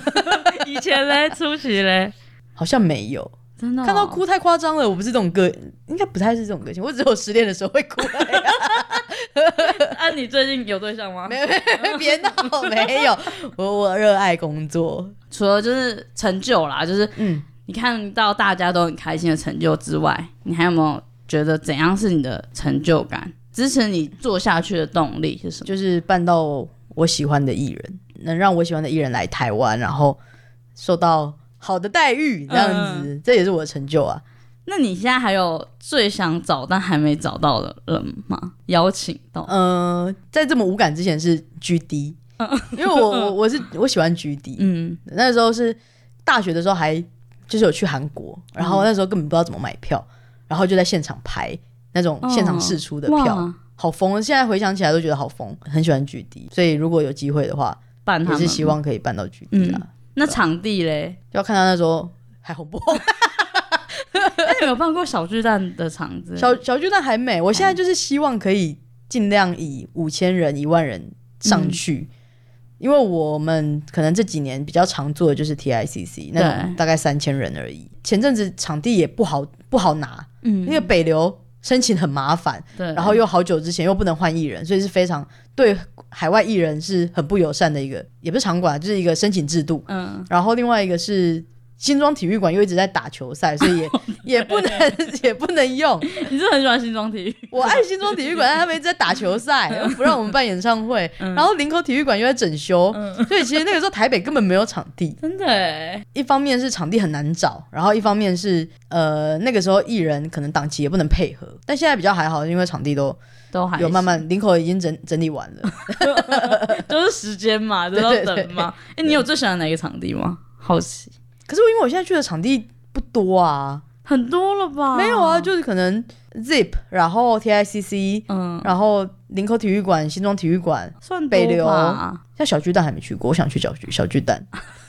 Speaker 3: 以前嘞，出席嘞，
Speaker 1: 好像没有。
Speaker 3: 真的哦、
Speaker 1: 看到哭太夸张了，我不是这种个，应该不太是这种个性。我只有失恋的时候会哭 而已啊、
Speaker 3: 啊！你最近有对象吗？
Speaker 1: 没没别闹，没有。我我热爱工作，
Speaker 3: 除了就是成就啦，就是
Speaker 1: 嗯，
Speaker 3: 你看到大家都很开心的成就之外，你还有没有觉得怎样是你的成就感？支持你做下去的动力是什么？
Speaker 1: 就是办到我喜欢的艺人，能让我喜欢的艺人来台湾，然后受到好的待遇，这样子，这也是我的成就啊。
Speaker 3: 那你现在还有最想找但还没找到的人吗？邀请到？
Speaker 1: 嗯、在这么无感之前是 G D，因为我我我是我喜欢 G D，
Speaker 3: 嗯，
Speaker 1: 那时候是大学的时候还就是有去韩国，然
Speaker 3: 嗯
Speaker 1: 后那时候根本不知道怎么买票，然后就在现场排那种现场试出的票，
Speaker 3: 哇，
Speaker 1: 好疯！现在回想起来都觉得好疯，很喜欢巨低，所以如果有机会的话，
Speaker 3: 办他
Speaker 1: 也
Speaker 3: 们。
Speaker 1: 是希望可以办到巨低啦。
Speaker 3: 那场地嘞？
Speaker 1: 要看他那时候还红不红。
Speaker 3: 那你有办过小巨蛋的场子？
Speaker 1: 小小巨蛋还美，我现在就是希望可以尽量以五千人、一万人上去，因为我们可能这几年比较常做的就是 TICC 那种
Speaker 3: 对
Speaker 1: 大概三千人而已。前阵子场地也不好不好拿，
Speaker 3: 嗯
Speaker 1: 因为北流申请很麻烦，
Speaker 3: 对，
Speaker 1: 然后又好久之前又不能换艺人，所以是非常对海外艺人是很不友善的一个，也不是场馆，啊就是一个申请制度。
Speaker 3: 嗯，
Speaker 1: 然后另外一个是新庄体育馆又一直在打球赛，所以
Speaker 3: 哦
Speaker 1: 也也不能 也不能用。
Speaker 3: 你是很喜欢新装体育，
Speaker 1: 我爱新庄体育馆，但他们一直在打球赛，
Speaker 3: 嗯
Speaker 1: 不让我们办演唱会。然后林口体育馆又在整修，
Speaker 3: 嗯
Speaker 1: 所以其实那个时候台北根本没有场地。
Speaker 3: 真的哎，
Speaker 1: 一方面是场地很难找，然后一方面是呃那个时候艺人可能档期也不能配合，但现在比较还好，因为场地都
Speaker 3: 都还
Speaker 1: 有慢
Speaker 3: 行
Speaker 1: 慢林口已经整整理完了。
Speaker 3: 就是时间嘛，都要
Speaker 1: 对对
Speaker 3: 等嘛。哎、你有最喜欢哪一个场地吗？好奇，
Speaker 1: 可是因为我现在去的场地不多啊，
Speaker 3: 很多了吧？
Speaker 1: 没有啊，，就是可能 Zip，然后 TICC，
Speaker 3: 嗯，
Speaker 1: 然后林口体育馆、新庄体育馆，
Speaker 3: 算
Speaker 1: 北
Speaker 3: 多
Speaker 1: 流
Speaker 3: 吧
Speaker 1: 像小巨蛋还没去过，我想去小巨小巨 蛋，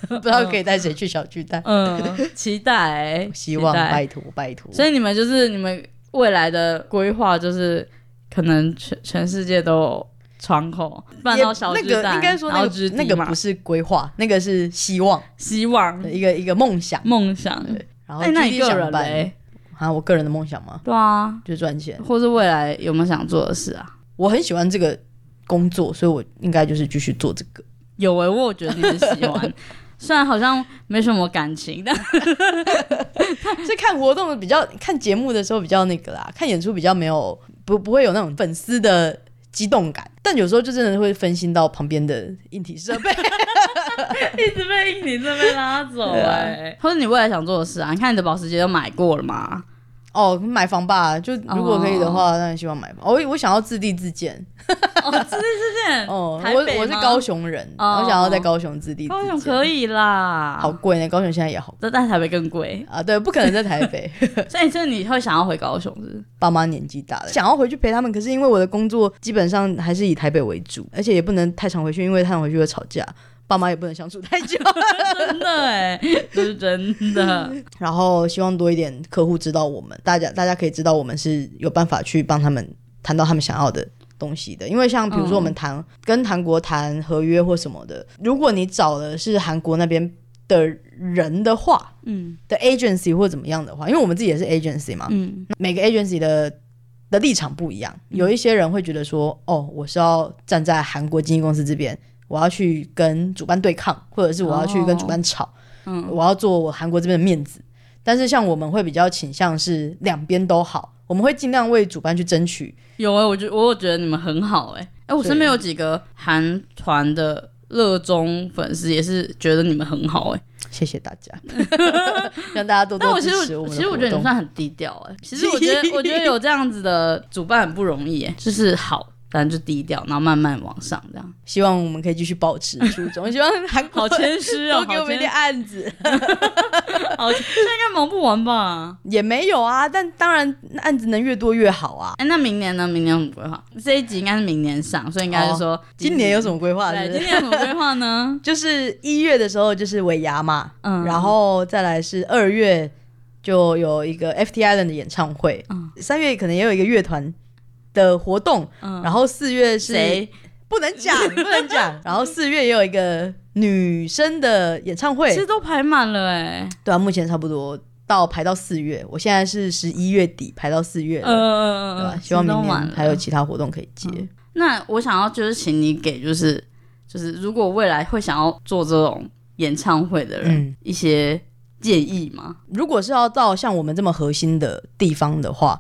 Speaker 1: 不知道可以带谁去小巨蛋，
Speaker 3: 嗯，期待，
Speaker 1: 希望
Speaker 3: 期待
Speaker 1: 拜托拜 托。
Speaker 3: 所以你们就是你们未来的规划，就是可能全全世界都有窗口，办
Speaker 1: 也
Speaker 3: 到小
Speaker 1: 那
Speaker 3: 巨
Speaker 1: 个
Speaker 3: 蛋，
Speaker 1: 应该说
Speaker 3: 然
Speaker 1: 那
Speaker 3: 后
Speaker 1: 个
Speaker 3: 直
Speaker 1: 那个不是规划，那个是希望
Speaker 3: 希望
Speaker 1: 一个一个梦想。
Speaker 3: 梦想。
Speaker 1: 对然后
Speaker 3: 哎，那
Speaker 1: 具
Speaker 3: 你
Speaker 1: 体
Speaker 3: 个
Speaker 1: 想
Speaker 3: 人
Speaker 1: 办
Speaker 3: 嘞？
Speaker 1: 啊，我个人的梦想嘛，
Speaker 3: 对啊，
Speaker 1: 就是赚钱。
Speaker 3: 或是未来有没有想做的事啊？
Speaker 1: 我很喜欢这个工作，所以我应该就是继续做这个。
Speaker 3: 有诶、我有觉得你很喜欢， 虽然好像没什么感情， 但
Speaker 1: 是看活动比较，看节目的时候比较那个啦，看演出比较没有不不会有那种粉丝的激动感，但有时候就真的会分心到旁边的硬体设备。
Speaker 3: 一直被印尼这边拉走
Speaker 1: 对啊
Speaker 3: 哎、或者你未来想做的事啊？你看你的保时捷都买过了嘛？
Speaker 1: 哦，买房吧，就如果可以的话，当然希望买房。哦我、我想要自地自建。
Speaker 3: 哦，这件事 件，
Speaker 1: 哦，
Speaker 3: 台
Speaker 1: 我
Speaker 3: 北
Speaker 1: 我是
Speaker 3: 吗
Speaker 1: 高雄人，
Speaker 3: 哦
Speaker 1: 我想要在高雄自地自建。
Speaker 3: 高雄可以啦，
Speaker 1: 好，贵呢，高雄现在也好，
Speaker 3: 这在台北更贵
Speaker 1: 啊，对，不可能在台北。
Speaker 3: 所以这你会想要回高雄是不 是？
Speaker 1: 爸妈年纪大了，想要回去陪他们，可是因为我的工作基本上还是以台北为主，而且也不能太常回去，因为太常回去会吵架，爸妈也不能相处太 久。
Speaker 3: 真的哎、这是真 的，
Speaker 1: 然后希望多一点客户知道我们，大家大家可以知道我们是有办法去帮他们谈到他们想要的东西的。因为像比如说我们谈、跟韩国谈合约或什么的，如果你找的是韩国那边的人的话
Speaker 3: 嗯
Speaker 1: 的 agency 或怎么样的话，因为我们自己也是 agency 嘛，
Speaker 3: 嗯
Speaker 1: 每个 agency 的。的立场不一样，有一些人会觉得说，哦，我是要站在韩国经纪公司这边，我要去跟主办对抗，或者是我要去跟主办吵，
Speaker 3: 嗯，
Speaker 1: 我要做我韩国这边的面子。但是像我们会比较倾向是两边都好，我们会尽量为主办去争取。
Speaker 3: 有哎、我觉我有觉得你们很好哎、哎、我身边有几个韩团的热衷粉丝也是觉得你们很好哎、
Speaker 1: 谢谢大家， 让大家多
Speaker 3: 但
Speaker 1: 多
Speaker 3: 我
Speaker 1: 支
Speaker 3: 其实
Speaker 1: 持我们
Speaker 3: 其
Speaker 1: 的
Speaker 3: 实
Speaker 1: 活
Speaker 3: 我觉得你们
Speaker 1: 动。
Speaker 3: 算很低调哎、其实我觉得我觉得有这样子的主办很不容易哎、就是好，但就低调，然后慢慢往上这样。
Speaker 1: 希望我们可以继续保持初衷，希望韩国
Speaker 3: 好谦 虚哦，
Speaker 1: 多
Speaker 3: 好
Speaker 1: 给我们一
Speaker 3: 谦虚
Speaker 1: 点，案子。
Speaker 3: 好谦虚，这应该忙不完吧？
Speaker 1: 也没有啊，但当然案子能越多越好啊。
Speaker 3: 哎、那明年呢？明年有什么规划？这一集应该是明年上，所以应该是说
Speaker 1: 哦今年有什
Speaker 3: 么
Speaker 1: 么规划？是
Speaker 3: 对，
Speaker 1: 不
Speaker 3: 今
Speaker 1: 是？
Speaker 3: 年有什么规划呢
Speaker 1: 就是一月的时候就是尾牙嘛，
Speaker 3: 嗯，
Speaker 1: 然后再来是二月就有一个 FT Island 的演唱会
Speaker 3: 嗯，
Speaker 1: 三、月可能也有一个乐团的活动，
Speaker 3: 嗯
Speaker 1: 然后四月是
Speaker 3: 谁？
Speaker 1: 不能讲不能 讲，然后四月也有一个女生的演唱
Speaker 3: 其实
Speaker 1: 会，
Speaker 3: 都排满了哎、
Speaker 1: 对啊，目前差不多到排到四月，我现在是十一月底排到四月
Speaker 3: 嗯
Speaker 1: 了。
Speaker 3: 嗯
Speaker 1: 对
Speaker 3: 嗯
Speaker 1: 吧？
Speaker 3: 嗯，
Speaker 1: 希望明
Speaker 3: 都满
Speaker 1: 年
Speaker 3: 了
Speaker 1: 还有其他活动可以接。
Speaker 3: 那我想要就是请你给就是就是如果未来会想要做这种演唱会的人、
Speaker 1: 嗯
Speaker 3: 一些建议吗？
Speaker 1: 如果是要到像我们这么核心的地方的话，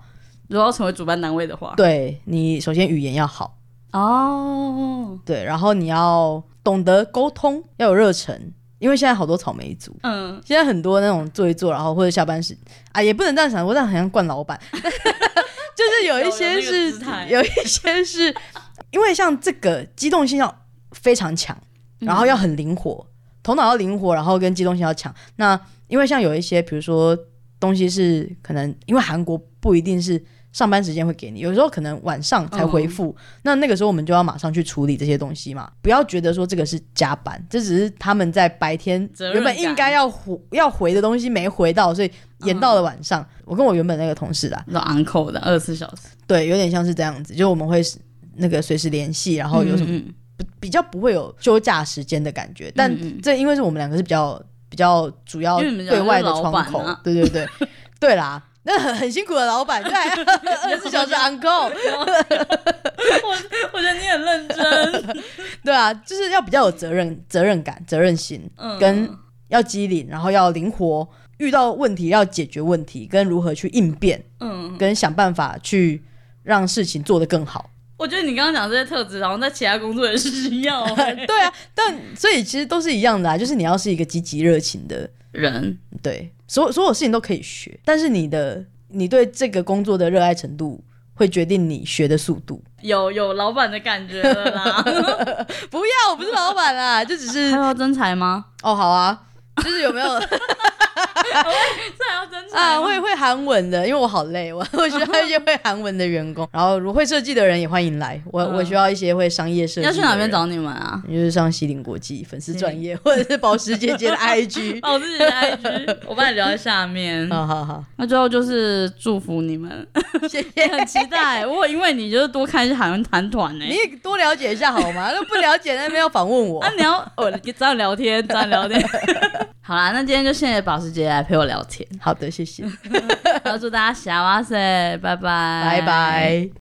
Speaker 3: 如果要成为主办单位的话，
Speaker 1: 对你首先语言要好，
Speaker 3: 哦，
Speaker 1: 对，然后你要懂得沟通，要有热忱，因为现在好多草莓族，
Speaker 3: 嗯，
Speaker 1: 现在很多那种做一做，然后或者下班时啊，也不能这样想，我这样好像惯老板， 就是有一些
Speaker 3: 有有那个
Speaker 1: 是
Speaker 3: 姿态
Speaker 1: 有一些是，因为像这个机动性要非常强，
Speaker 3: 嗯
Speaker 1: 然后要很灵活，头脑要灵活，然后跟机动性要强。那因为像有一些，比如说东西是可能因为韩国不一定是上班时间会给你，有时候可能晚上
Speaker 3: 嗯
Speaker 1: 才回复。那那个时候我们就要马上去处理这些东西嘛，不要觉得说这个是加班，这只是他们在白天
Speaker 3: 责任
Speaker 1: 原本
Speaker 3: 感
Speaker 1: 应该要回要回的东西没回到，所以延到了晚上。
Speaker 3: 嗯
Speaker 1: 我跟我原本那个同事啦，
Speaker 3: 那 uncle 的二十四小时，
Speaker 1: 对，有点像是这样子，就我们会那个随时联系，然后有什么
Speaker 3: 嗯嗯
Speaker 1: 不比较不会有休假时间的感觉，但
Speaker 3: 嗯
Speaker 1: 这因为是我们两个是比较比较主要
Speaker 3: 因为你们两
Speaker 1: 对
Speaker 3: 个
Speaker 1: 外的
Speaker 3: 是老
Speaker 1: 窗
Speaker 3: 板
Speaker 1: 口，
Speaker 3: 啊
Speaker 1: 对对对， 对啦，那很很辛苦的老板，对，二十四 小时 uncle，
Speaker 3: 我我觉得你很认真，
Speaker 1: 对啊，就是要比较有责任责任感、责任心，
Speaker 3: 嗯
Speaker 1: 跟要机灵，然后要灵活，遇到问题要解决问题，跟如何去应变，
Speaker 3: 嗯，
Speaker 1: 跟想办法去让事情做得更好。
Speaker 3: 我觉得你刚刚讲这些特质，然后在其他工作也是需 要、欸、
Speaker 1: 对啊，但所以其实都是一样的啊，就是你要是一个积极热情的
Speaker 3: 人，
Speaker 1: 对，所有所有事情都可以学，但是你的你对这个工作的热爱程度会决定你学的速度。
Speaker 3: 有有老板的感觉 了啦。
Speaker 1: 不要，我不是老板啦，就只是
Speaker 3: 还要真才吗？
Speaker 1: 哦，好啊，就是有没有
Speaker 3: 这还要真 才
Speaker 1: 啊？
Speaker 3: 吗
Speaker 1: 会会韩文的，因为我好累，我 我需要一些会韩文的员 工，然后如果会设计的人也欢迎来，我我
Speaker 3: 嗯
Speaker 1: 需要一些会商业设计。
Speaker 3: 要去哪边？找你们啊？
Speaker 1: 你就是上西林国际粉丝专 业，或者是保时捷捷的 IG。
Speaker 3: 哦，我自己的 IG，我帮你留在下面。
Speaker 1: 好好 好，
Speaker 3: 那最后就是祝福你们，
Speaker 1: 谢谢。
Speaker 3: 很期待。我因为你就是多看一些韩文谈团呢
Speaker 1: 你。也多了解一下好吗？ 那不了解那边要访问我
Speaker 3: 啊，，你要我找你聊天，找你 聊天。好啦，那今天就谢谢保时捷来陪我聊天，
Speaker 1: 好的，谢谢，
Speaker 3: 然后祝大家幸せ，拜拜，
Speaker 1: 拜拜。